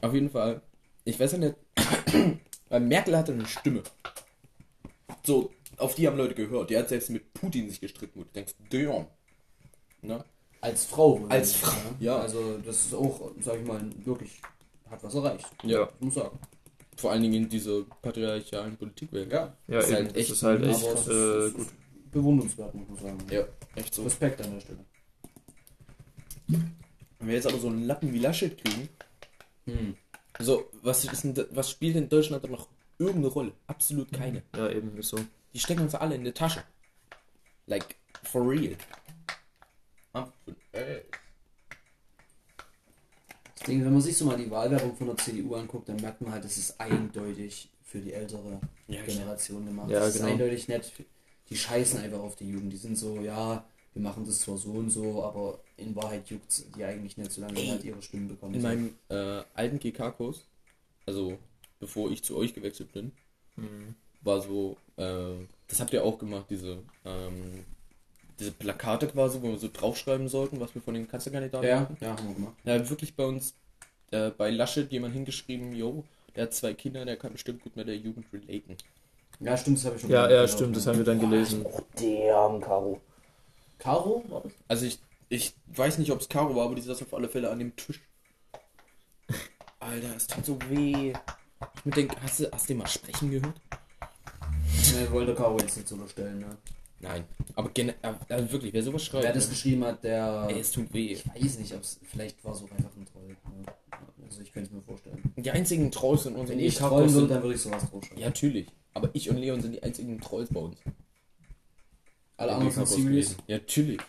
[SPEAKER 5] Auf jeden Fall, ich weiß ja nicht, weil Merkel hatte eine Stimme. So, auf die haben Leute gehört. Die hat selbst mit Putin sich gestritten, wo du denkst, Dörn. Ne?
[SPEAKER 3] Als Frau.
[SPEAKER 5] Als
[SPEAKER 3] Ja.
[SPEAKER 5] Frau, ja.
[SPEAKER 3] Also das ist auch, sag ich mal, wirklich hat was erreicht.
[SPEAKER 5] Ja.
[SPEAKER 3] Ich muss sagen.
[SPEAKER 5] Vor allen Dingen in dieser patriarchalen Politikwelt.
[SPEAKER 3] Ja.
[SPEAKER 1] Ja,
[SPEAKER 5] Ist
[SPEAKER 1] eben.
[SPEAKER 5] halt
[SPEAKER 1] das
[SPEAKER 5] echt
[SPEAKER 1] ist halt
[SPEAKER 3] Aber
[SPEAKER 1] echt
[SPEAKER 3] es ist-
[SPEAKER 1] äh,
[SPEAKER 3] es
[SPEAKER 1] gut.
[SPEAKER 3] ist bewundernswert, muss man sagen.
[SPEAKER 5] Ja, echt so.
[SPEAKER 3] Respekt an der Stelle.
[SPEAKER 5] Wenn wir jetzt aber so einen Lappen wie Laschet kriegen, so, was, ist denn, da- was spielt in Deutschland da noch irgendeine Rolle? Absolut keine.
[SPEAKER 1] Ja, eben ist so.
[SPEAKER 5] Die stecken uns alle in die Tasche. Like, for real. Ah,
[SPEAKER 3] Das Ding, wenn man sich so mal die Wahlwerbung von der CDU anguckt, dann merkt man halt, es ist eindeutig für die ältere
[SPEAKER 5] Ja,
[SPEAKER 3] Generation gemacht.
[SPEAKER 1] Ja,
[SPEAKER 3] das
[SPEAKER 1] genau.
[SPEAKER 3] ist eindeutig nett. Die scheißen einfach auf die Jugend. Die sind so, ja, wir machen das zwar so und so, aber in Wahrheit juckt die eigentlich nicht, solange die halt ihre Stimmen bekommen.
[SPEAKER 5] In meinem äh, alten GK-Kurs, also bevor ich zu euch gewechselt bin,
[SPEAKER 1] Hm.
[SPEAKER 5] war so, äh, das habt ihr auch gemacht, diese, ähm, diese Plakate quasi, wo wir so draufschreiben sollten, was wir von den Kanzlerkandidaten
[SPEAKER 3] ja, ja, haben wir gemacht.
[SPEAKER 5] Da hat wirklich bei uns, äh, bei Laschet jemand hingeschrieben, yo, der hat zwei Kinder, der kann bestimmt gut mit der Jugend relaten.
[SPEAKER 3] Ja, stimmt, das habe ich schon
[SPEAKER 1] Ja,
[SPEAKER 3] gehört.
[SPEAKER 1] ja, stimmt. Das haben wir dann gelesen.
[SPEAKER 3] Caro war das?
[SPEAKER 5] Also ich, ich weiß nicht, ob es Caro war, aber die saß auf alle Fälle an dem Tisch. Alter, es tut so weh. Ich mir denke, hast du, hast du den mal sprechen gehört?
[SPEAKER 3] Nee, wollte Caro jetzt nicht so unterstellen, ne?
[SPEAKER 5] Nein. Aber gene äh, also wirklich, wer sowas schreibt,
[SPEAKER 3] Wer das
[SPEAKER 5] ne?
[SPEAKER 3] geschrieben hat, der.
[SPEAKER 5] ey, es tut weh.
[SPEAKER 3] Ich weiß nicht, ob es. Vielleicht war es auch einfach ein Troll. Ne? Also, ich könnte es mir vorstellen.
[SPEAKER 5] Die einzigen Trolls in unserem
[SPEAKER 3] Wenn ich
[SPEAKER 5] GK-Kurs
[SPEAKER 3] trollen würde,
[SPEAKER 5] sind-
[SPEAKER 3] dann würde ich sowas draufschreiben.
[SPEAKER 5] Ja, natürlich. Aber ich und Leon sind die einzigen Trolls bei uns.
[SPEAKER 3] Alle
[SPEAKER 5] im
[SPEAKER 3] anderen sind
[SPEAKER 5] GK-Kurs
[SPEAKER 3] serious.
[SPEAKER 5] gewesen. Ja, natürlich.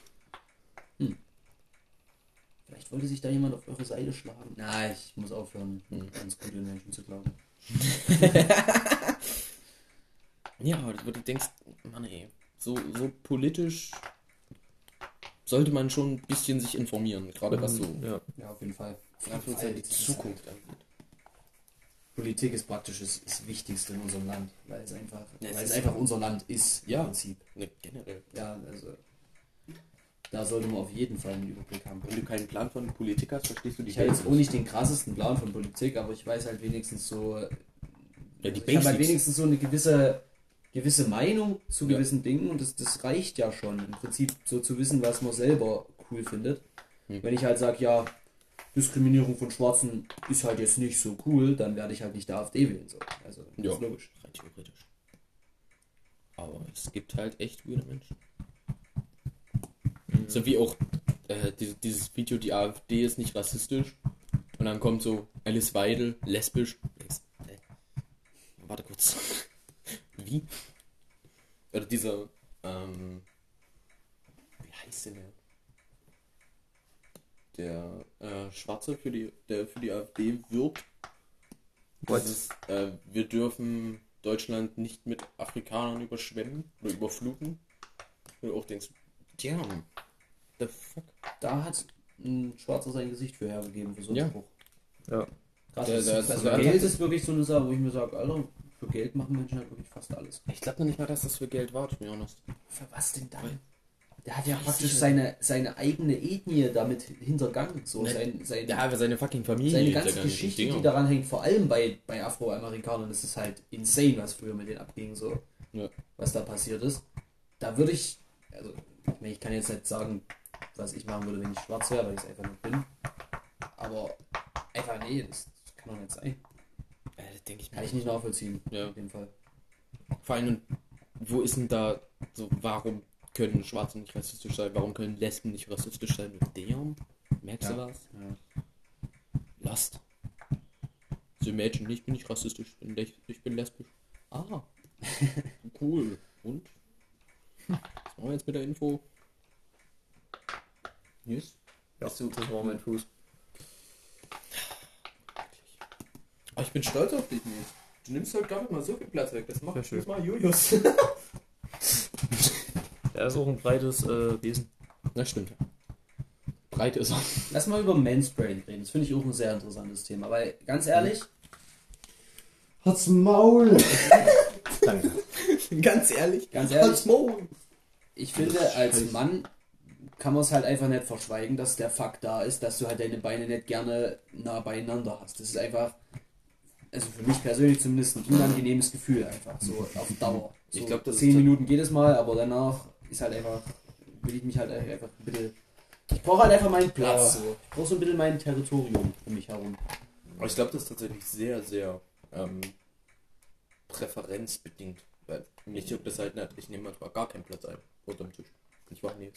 [SPEAKER 3] Vielleicht wollte sich da jemand auf eure Seite schlagen. Na, ich muss aufhören, ganz gute Menschen zu glauben.
[SPEAKER 5] Ja, wo du denkst, Mann ey, so, so politisch sollte man schon ein bisschen sich informieren, gerade was
[SPEAKER 3] Mhm.
[SPEAKER 5] so
[SPEAKER 1] Ja.
[SPEAKER 3] Ja, auf jeden Fall.
[SPEAKER 6] In Anführungszeichen die Zukunft angeht.
[SPEAKER 3] Politik ist praktisch das, das Wichtigste in unserem Land, weil es einfach,
[SPEAKER 5] Ja, es
[SPEAKER 3] weil es
[SPEAKER 5] ist-
[SPEAKER 3] einfach unser Land ist
[SPEAKER 5] Ja.
[SPEAKER 3] im Prinzip.
[SPEAKER 5] Ne, generell.
[SPEAKER 3] Ja, also da sollte man auf jeden Fall einen Überblick haben.
[SPEAKER 5] Wenn du keinen Plan von Politik hast, verstehst du die
[SPEAKER 3] Ich habe
[SPEAKER 5] Welt
[SPEAKER 3] jetzt auch nicht den krassesten Plan von Politik, aber ich weiß halt wenigstens so,
[SPEAKER 5] Ja, die
[SPEAKER 3] ich habe halt
[SPEAKER 5] Basics.
[SPEAKER 3] wenigstens so eine gewisse, gewisse Meinung zu
[SPEAKER 5] Ja.
[SPEAKER 3] gewissen Dingen und das, das reicht ja schon, im Prinzip so zu wissen, was man selber cool findet.
[SPEAKER 5] Hm.
[SPEAKER 3] Wenn ich halt sage, ja, Diskriminierung von Schwarzen ist halt jetzt nicht so cool, dann werde ich halt nicht der AfD wählen. So. Also, das
[SPEAKER 5] Ja.
[SPEAKER 3] ist logisch.
[SPEAKER 5] Rein theoretisch. Aber es gibt halt echt weirde Menschen.
[SPEAKER 3] Mhm.
[SPEAKER 5] So wie auch äh, die, dieses Video, die AfD ist nicht rassistisch. Und dann kommt so Alice Weidel, lesbisch. Denkst, hä? Warte kurz. wie? Oder dieser, ähm, wie heißt denn der? Der äh, Schwarze für die, der für die AfD wirbt.
[SPEAKER 1] What?
[SPEAKER 5] Das ist, äh, wir dürfen Deutschland nicht mit Afrikanern überschwemmen oder überfluten. Und auch denkst, damn, the fuck.
[SPEAKER 3] Da hat ein Schwarzer sein Gesicht für hergegeben, für so einen
[SPEAKER 5] Ja.
[SPEAKER 3] Spruch.
[SPEAKER 1] Ja.
[SPEAKER 3] Krass, das,
[SPEAKER 5] Da- da-
[SPEAKER 3] ist-
[SPEAKER 5] das
[SPEAKER 3] also
[SPEAKER 5] war
[SPEAKER 3] Geld
[SPEAKER 5] einfach-
[SPEAKER 3] ist wirklich so eine Sache, wo ich mir sage, Alter, für Geld machen Menschen halt wirklich fast alles.
[SPEAKER 5] Ich glaube noch nicht mal, dass das für Geld war, to be honest.
[SPEAKER 3] Für was denn dann? Der hat ja
[SPEAKER 5] ich
[SPEAKER 3] praktisch
[SPEAKER 5] nicht.
[SPEAKER 3] seine, seine eigene Ethnie damit hintergangen. So
[SPEAKER 5] Ne,
[SPEAKER 3] sein, sein,
[SPEAKER 5] Ja, aber seine fucking Familie.
[SPEAKER 3] seine
[SPEAKER 5] lebt ja
[SPEAKER 3] ganze
[SPEAKER 5] gar nicht in
[SPEAKER 3] Geschichte, die
[SPEAKER 5] Dinger.
[SPEAKER 3] daran hängt, vor allem bei, bei Afroamerikanern, das ist halt insane, was früher mit denen abging, so
[SPEAKER 5] Ja.
[SPEAKER 3] was da passiert ist. Da würde ich, also ich, meine, ich kann jetzt nicht sagen, was ich machen würde, wenn ich schwarz wäre, weil ich es einfach nicht bin. Aber einfach, nee, das kann doch nicht sein.
[SPEAKER 5] Äh, das denke ich mir.
[SPEAKER 3] Kann ich nicht nachvollziehen,
[SPEAKER 5] Ja.
[SPEAKER 3] auf jeden Fall.
[SPEAKER 5] Vor allem, wo ist denn da, so, warum können Schwarze nicht rassistisch sein? Warum können Lesben nicht rassistisch sein? Und damn, merkst du was? Last. So imagine, ich bin nicht rassistisch, ich bin les- ich bin lesbisch. Ah, cool. Und? Was machen wir jetzt mit der Info? Yes.
[SPEAKER 1] Ja, das war mein Fuß.
[SPEAKER 6] Aber ich bin stolz auf dich, Nils. Du nimmst halt gar nicht mal so viel Platz weg. Das macht
[SPEAKER 1] Sehr schön.
[SPEAKER 6] das mal Julius.
[SPEAKER 1] Er ist auch ein breites äh, Wesen.
[SPEAKER 5] Na stimmt. Breit ist er.
[SPEAKER 3] Lass mal über Manspraying reden. Das finde ich auch ein sehr interessantes Thema, weil ganz ehrlich,
[SPEAKER 7] Hat's Maul!
[SPEAKER 4] Danke.
[SPEAKER 6] Ganz ehrlich.
[SPEAKER 3] ganz ehrlich,
[SPEAKER 6] Small.
[SPEAKER 3] ich finde, als Mann kann man es halt einfach nicht verschweigen, dass der Fakt da ist, dass du halt deine Beine nicht gerne nah beieinander hast. Das ist einfach, also für mich persönlich zumindest, ein unangenehmes Gefühl einfach, so auf Dauer. So
[SPEAKER 5] Ich glaub, das ist
[SPEAKER 3] zehn
[SPEAKER 5] dann-
[SPEAKER 3] Minuten jedes Mal, aber danach ist halt einfach, will ich mich halt einfach ein bisschen, ich brauche halt einfach meinen Platz. So. Ich brauche so ein bisschen mein Territorium um mich herum.
[SPEAKER 5] Aber ich glaube, das ist tatsächlich sehr, sehr ähm, präferenzbedingt. Weil mich juckt das halt nicht. Ich nehme manchmal gar keinen Platz ein. Unterm Tisch. Ich war nee.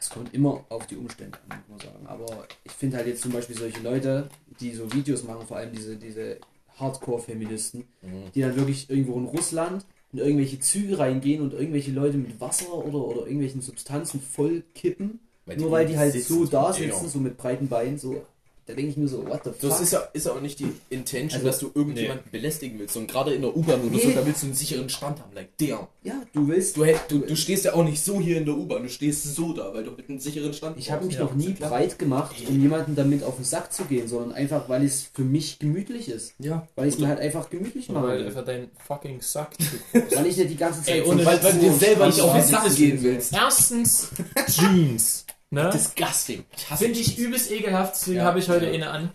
[SPEAKER 3] Es kommt immer auf die Umstände an, muss man sagen. Aber ich finde halt jetzt zum Beispiel solche Leute, die so Videos machen, vor allem diese, diese Hardcore-Feministen,
[SPEAKER 5] Mhm.
[SPEAKER 3] die dann wirklich irgendwo in Russland in irgendwelche Züge reingehen und irgendwelche Leute mit Wasser oder, oder irgendwelchen Substanzen voll kippen,
[SPEAKER 5] Weil die
[SPEAKER 3] nur weil die halt
[SPEAKER 5] sitzen,
[SPEAKER 3] so da
[SPEAKER 5] genau.
[SPEAKER 3] sitzen, so mit breiten Beinen, so. Da denke ich mir so, what the fuck?
[SPEAKER 5] Das ist ja, ist ja auch nicht die Intention,
[SPEAKER 3] Also-
[SPEAKER 5] dass du irgendjemanden belästigen willst. Und gerade in der U-Bahn oder so,
[SPEAKER 3] Nee.
[SPEAKER 5] da willst du einen sicheren Stand haben. Like, der.
[SPEAKER 3] ja, du willst.
[SPEAKER 5] Du, hätt- du, du stehst ja auch nicht so hier in der U-Bahn. Du stehst so da, weil du mit einem sicheren Stand
[SPEAKER 3] Ich habe mich
[SPEAKER 1] Ja,
[SPEAKER 3] noch nie breit gemacht, um jemanden damit auf den Sack zu gehen, sondern einfach, weil es für mich gemütlich ist.
[SPEAKER 5] Ja.
[SPEAKER 3] Weil ich es mir halt einfach gemütlich mache.
[SPEAKER 1] Weil einfach dein fucking Sack.
[SPEAKER 3] Weil ich nicht die ganze Zeit
[SPEAKER 1] Ey, ohne
[SPEAKER 3] von
[SPEAKER 1] Scheiß, weil du dir selber nicht auf den Sack
[SPEAKER 3] gehen
[SPEAKER 5] willst.
[SPEAKER 1] Erstens Jeans. Ne?
[SPEAKER 5] Disgusting. Ich hasse
[SPEAKER 1] Finde ich
[SPEAKER 5] Jeans.
[SPEAKER 1] übelst ekelhaft, deswegen
[SPEAKER 5] Ja,
[SPEAKER 1] habe ich heute
[SPEAKER 5] ja.
[SPEAKER 1] eine an.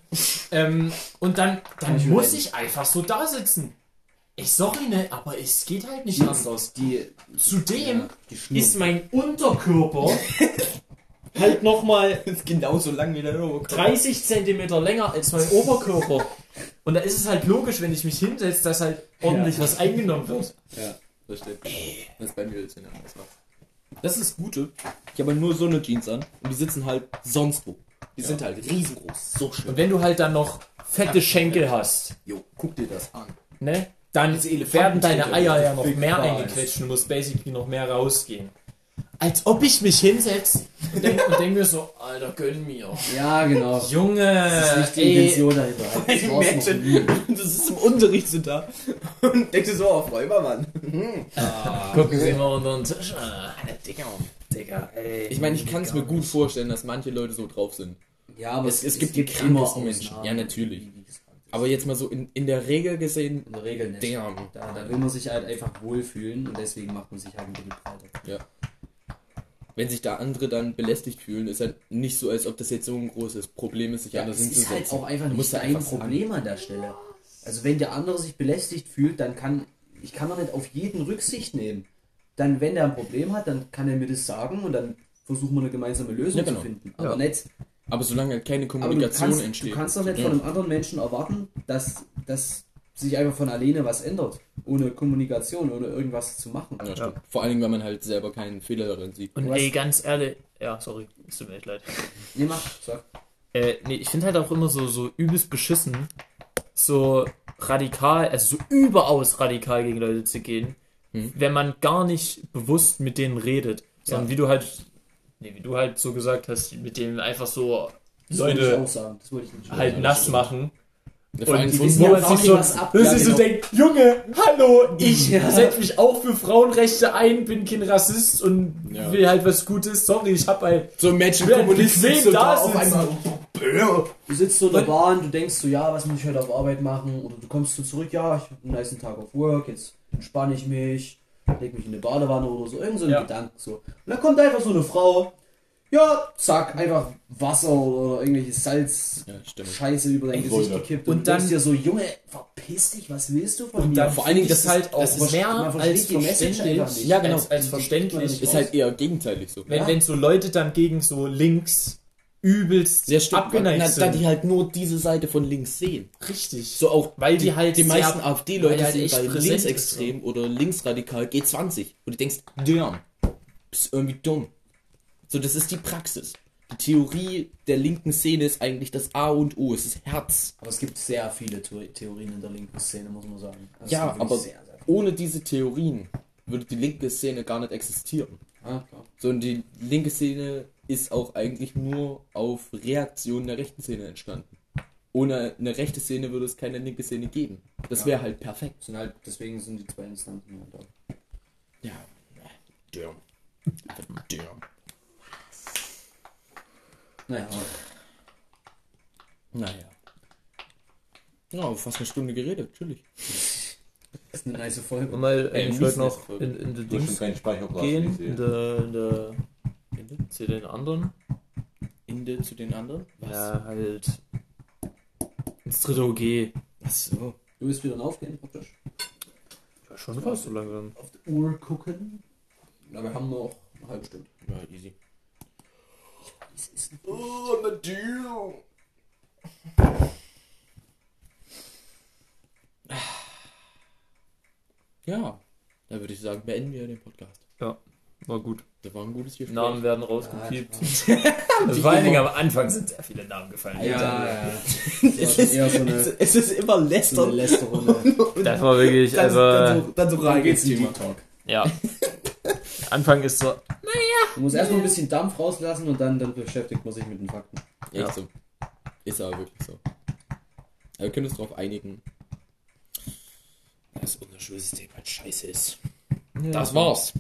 [SPEAKER 1] Ähm, und dann, dann
[SPEAKER 3] ich mir
[SPEAKER 1] muss
[SPEAKER 3] denken.
[SPEAKER 1] ich einfach so da sitzen. Ich sorry, ne, aber es geht halt nicht anders.
[SPEAKER 3] Die,
[SPEAKER 1] Zudem
[SPEAKER 3] die Schnur.
[SPEAKER 1] ist mein Unterkörper halt nochmal
[SPEAKER 5] ist genauso lang wie der Logo.
[SPEAKER 1] 30 Zentimeter länger als mein Oberkörper. Und da ist es halt logisch, wenn ich mich hinsetze, dass halt ordentlich was eingenommen wird.
[SPEAKER 5] Das steht. Das ist bei Mädels, wenn er anders macht. Das ist das Gute. Ich habe nur so eine Jeans an und die sitzen halt sonst wo. Die sind halt riesengroß. So schön.
[SPEAKER 1] Und wenn du halt dann noch fette Schenkel hast,
[SPEAKER 5] Jo, guck dir das an.
[SPEAKER 1] ne, dann
[SPEAKER 5] Diese Elefanten
[SPEAKER 1] werden deine
[SPEAKER 5] steht ja
[SPEAKER 1] Eier
[SPEAKER 5] auf
[SPEAKER 1] ja noch
[SPEAKER 5] Big
[SPEAKER 1] mehr
[SPEAKER 5] Thighs.
[SPEAKER 1] eingequetscht und muss basically noch mehr rausgehen. Als ob ich mich hinsetze und denke denk mir so, Alter, gönn mir.
[SPEAKER 3] Ja, genau. Das
[SPEAKER 1] Junge,
[SPEAKER 3] ist nicht die
[SPEAKER 1] Äh, ey,
[SPEAKER 3] Intention dahinter. halt. Das war's noch nie.
[SPEAKER 5] Das ist im Unterricht so da. oh, Und denkst du so auf Räubermann.
[SPEAKER 1] gucken Sie mal unter den Tisch. Ah, an.
[SPEAKER 5] Digga.
[SPEAKER 3] Digga, ey.
[SPEAKER 5] Ich meine, ich kann es mir gut vorstellen, dass manche Leute so drauf sind.
[SPEAKER 3] Ja, aber
[SPEAKER 5] Es, es gibt die krankesten Menschen. Ja, natürlich. Aber jetzt mal so in, in der Regel gesehen,
[SPEAKER 3] In der Regel nicht.
[SPEAKER 5] damn.
[SPEAKER 3] Da, da will man sich halt einfach wohlfühlen und deswegen macht man sich halt ein bisschen breiter.
[SPEAKER 5] Wenn sich da andere dann belästigt fühlen, ist halt nicht so, als ob das jetzt so ein großes Problem ist, sich anders
[SPEAKER 3] es ist
[SPEAKER 5] hinzusetzen.
[SPEAKER 3] halt auch einfach nicht
[SPEAKER 5] musst ja
[SPEAKER 3] dein
[SPEAKER 5] einfach sagen.
[SPEAKER 3] Problem an der Stelle. Also wenn der andere sich belästigt fühlt, dann kann ich kann doch nicht auf jeden Rücksicht nehmen. Dann, wenn er ein Problem hat, dann kann er mir das sagen und dann versuchen wir eine gemeinsame Lösung
[SPEAKER 5] Ja, genau.
[SPEAKER 3] zu finden. Aber nicht.
[SPEAKER 5] Aber solange halt keine
[SPEAKER 3] Aber du
[SPEAKER 5] Kommunikation
[SPEAKER 3] kannst,
[SPEAKER 5] entsteht.
[SPEAKER 3] du kannst doch nicht
[SPEAKER 5] Ja.
[SPEAKER 3] von einem anderen Menschen erwarten, dass, dass sich einfach von alleine was ändert. Ohne Kommunikation, ohne irgendwas zu machen.
[SPEAKER 5] Ja, stimmt. Vor allen Dingen, wenn man halt selber keinen Fehler darin sieht.
[SPEAKER 1] Und
[SPEAKER 3] Du hast-
[SPEAKER 1] ey, ganz ehrlich, ja, sorry, es tut mir echt leid.
[SPEAKER 3] Nee, mach. Sag.
[SPEAKER 1] Äh, nee, ich finde halt auch immer so, so übelst beschissen, so radikal, also so überaus radikal gegen Leute zu gehen, wenn man gar nicht bewusst mit denen redet, sondern wie du halt, nee, wie du halt so gesagt hast, mit denen einfach so
[SPEAKER 3] Das wollte ich
[SPEAKER 1] Leute
[SPEAKER 3] auch sagen. Das wollte ich nicht.
[SPEAKER 1] halt nass machen.
[SPEAKER 5] Vor allen
[SPEAKER 1] die
[SPEAKER 5] Dingen
[SPEAKER 1] wissen
[SPEAKER 5] so-
[SPEAKER 1] ja
[SPEAKER 3] ja
[SPEAKER 1] man
[SPEAKER 3] auch
[SPEAKER 1] sich
[SPEAKER 3] nicht,
[SPEAKER 1] so,
[SPEAKER 3] was ab-
[SPEAKER 1] dass
[SPEAKER 3] ja,
[SPEAKER 1] ich so
[SPEAKER 3] genau.
[SPEAKER 1] denkt, Junge, hallo, ich
[SPEAKER 3] Ja.
[SPEAKER 1] setze mich auch für Frauenrechte ein, bin kein Rassist und
[SPEAKER 5] Ja.
[SPEAKER 1] will halt was Gutes. Sorry, ich hab halt
[SPEAKER 5] so Menschen
[SPEAKER 1] Wer
[SPEAKER 5] Kommunisten
[SPEAKER 1] bequem
[SPEAKER 5] so
[SPEAKER 1] da
[SPEAKER 5] da auf
[SPEAKER 1] sitzt.
[SPEAKER 5] einmal.
[SPEAKER 3] Du sitzt so in der Bahn, du denkst so, ja, was muss ich heute auf Arbeit machen? Oder du kommst so zurück, ja, ich habe einen nice Tag auf Work, jetzt entspanne ich mich, leg mich in eine Badewanne oder so, irgend so ein
[SPEAKER 1] Ja.
[SPEAKER 3] Gedanke. So. Und dann kommt einfach so eine Frau, ja, zack, einfach Wasser oder irgendwelche Salzscheiße
[SPEAKER 5] Ja, stimmt.
[SPEAKER 3] über dein Gesicht
[SPEAKER 4] Säure.
[SPEAKER 3] gekippt.
[SPEAKER 1] Und
[SPEAKER 3] Und, dann
[SPEAKER 1] dann-
[SPEAKER 3] denkst dir so, Junge, verpiss dich, was willst du von mir?
[SPEAKER 1] dann
[SPEAKER 5] Vor allen Dingen, das ist
[SPEAKER 1] Finde ich
[SPEAKER 5] halt auch
[SPEAKER 1] das ist mehr
[SPEAKER 3] man versteht
[SPEAKER 1] als
[SPEAKER 3] die Message einfach
[SPEAKER 1] verständlich.
[SPEAKER 3] nicht.
[SPEAKER 1] Ja, genau.
[SPEAKER 5] Als-
[SPEAKER 1] Als,
[SPEAKER 3] als
[SPEAKER 1] verständlich.
[SPEAKER 3] verständlich.
[SPEAKER 5] Ist halt eher gegenteilig so.
[SPEAKER 1] wenn, wenn so Leute dann gegen so links übelst
[SPEAKER 5] Sehr stimmt.
[SPEAKER 1] abgeneigt
[SPEAKER 5] Na,
[SPEAKER 1] sind.
[SPEAKER 5] da die halt nur diese Seite von links sehen.
[SPEAKER 1] richtig.
[SPEAKER 5] So auch,
[SPEAKER 1] Weil die halt
[SPEAKER 5] die
[SPEAKER 1] sehr-
[SPEAKER 5] meisten AfD-Leute
[SPEAKER 1] weil halt
[SPEAKER 5] sind
[SPEAKER 1] echt
[SPEAKER 5] bei
[SPEAKER 1] präsent ist,
[SPEAKER 5] linksextrem oder linksradikal G20. Und du denkst, damn, bist irgendwie dumm. So, das ist die Praxis. Die Theorie der linken Szene ist eigentlich das A und O, es ist Herz.
[SPEAKER 3] Aber es gibt sehr viele Theor- Theorien in der linken Szene, muss man sagen. Also es
[SPEAKER 5] Ja,
[SPEAKER 3] gibt wirklich
[SPEAKER 5] aber
[SPEAKER 3] sehr, sehr viele.
[SPEAKER 5] ohne diese Theorien würde die linke Szene gar nicht existieren.
[SPEAKER 3] Ah, klar.
[SPEAKER 5] Sondern die linke Szene ist auch eigentlich nur auf Reaktionen der rechten Szene entstanden. Ohne eine rechte Szene würde es keine linke Szene geben. Das wäre halt perfekt.
[SPEAKER 3] Sind halt, deswegen sind die zwei Instanzen halt da.
[SPEAKER 5] Ja. Damn. Damn.
[SPEAKER 3] Naja,
[SPEAKER 5] Naja. Ja, fast eine Stunde geredet, natürlich.
[SPEAKER 3] das ist eine nice Folge.
[SPEAKER 1] Und mal,
[SPEAKER 5] Ey,
[SPEAKER 1] ich
[SPEAKER 5] wir
[SPEAKER 1] wollte
[SPEAKER 5] müssen
[SPEAKER 1] noch
[SPEAKER 5] jetzt drücken.
[SPEAKER 1] in, in die
[SPEAKER 4] Das ist schon
[SPEAKER 1] Dings
[SPEAKER 4] kein Speicherplatz. wie ich
[SPEAKER 1] gehen,
[SPEAKER 4] sehe.
[SPEAKER 1] in der, in der, zu den anderen.
[SPEAKER 5] Ende zu den anderen?
[SPEAKER 1] Ja, halt ins dritte OG.
[SPEAKER 5] Achso.
[SPEAKER 3] Du willst wieder aufgehen, praktisch.
[SPEAKER 1] Ja, schon fast so langsam.
[SPEAKER 3] auf die Uhr gucken. Na, wir haben noch eine halbe Stunde.
[SPEAKER 5] Ja, easy.
[SPEAKER 3] Das ist
[SPEAKER 5] Oh, my dear. Ja, da würde ich sagen, beenden wir den Podcast.
[SPEAKER 1] War gut.
[SPEAKER 5] Das war ein gutes Gespräch.
[SPEAKER 1] Namen werden rausgepiept. Also
[SPEAKER 11] Vor allen Dingen am Anfang sind sehr viele Namen gefallen.
[SPEAKER 3] ja.
[SPEAKER 5] es, ist,
[SPEAKER 3] eher so eine-
[SPEAKER 5] es, es ist immer
[SPEAKER 3] So eine
[SPEAKER 5] lästern.
[SPEAKER 3] letzte Runde.
[SPEAKER 1] das war wirklich,
[SPEAKER 5] Dann,
[SPEAKER 1] also,
[SPEAKER 5] dann, so, dann so
[SPEAKER 3] Dann
[SPEAKER 5] rein
[SPEAKER 3] geht's
[SPEAKER 5] geht's
[SPEAKER 3] in
[SPEAKER 5] Thema.
[SPEAKER 3] Deep Talk.
[SPEAKER 1] ja. Anfang ist so,
[SPEAKER 3] Du musst erstmal ein bisschen Dampf rauslassen und dann, dann beschäftigt man sich mit den Fakten.
[SPEAKER 5] Echt so. Ist aber wirklich so. Aber wir können uns darauf einigen, dass unser Schulsystem halt scheiße ist. Das war's.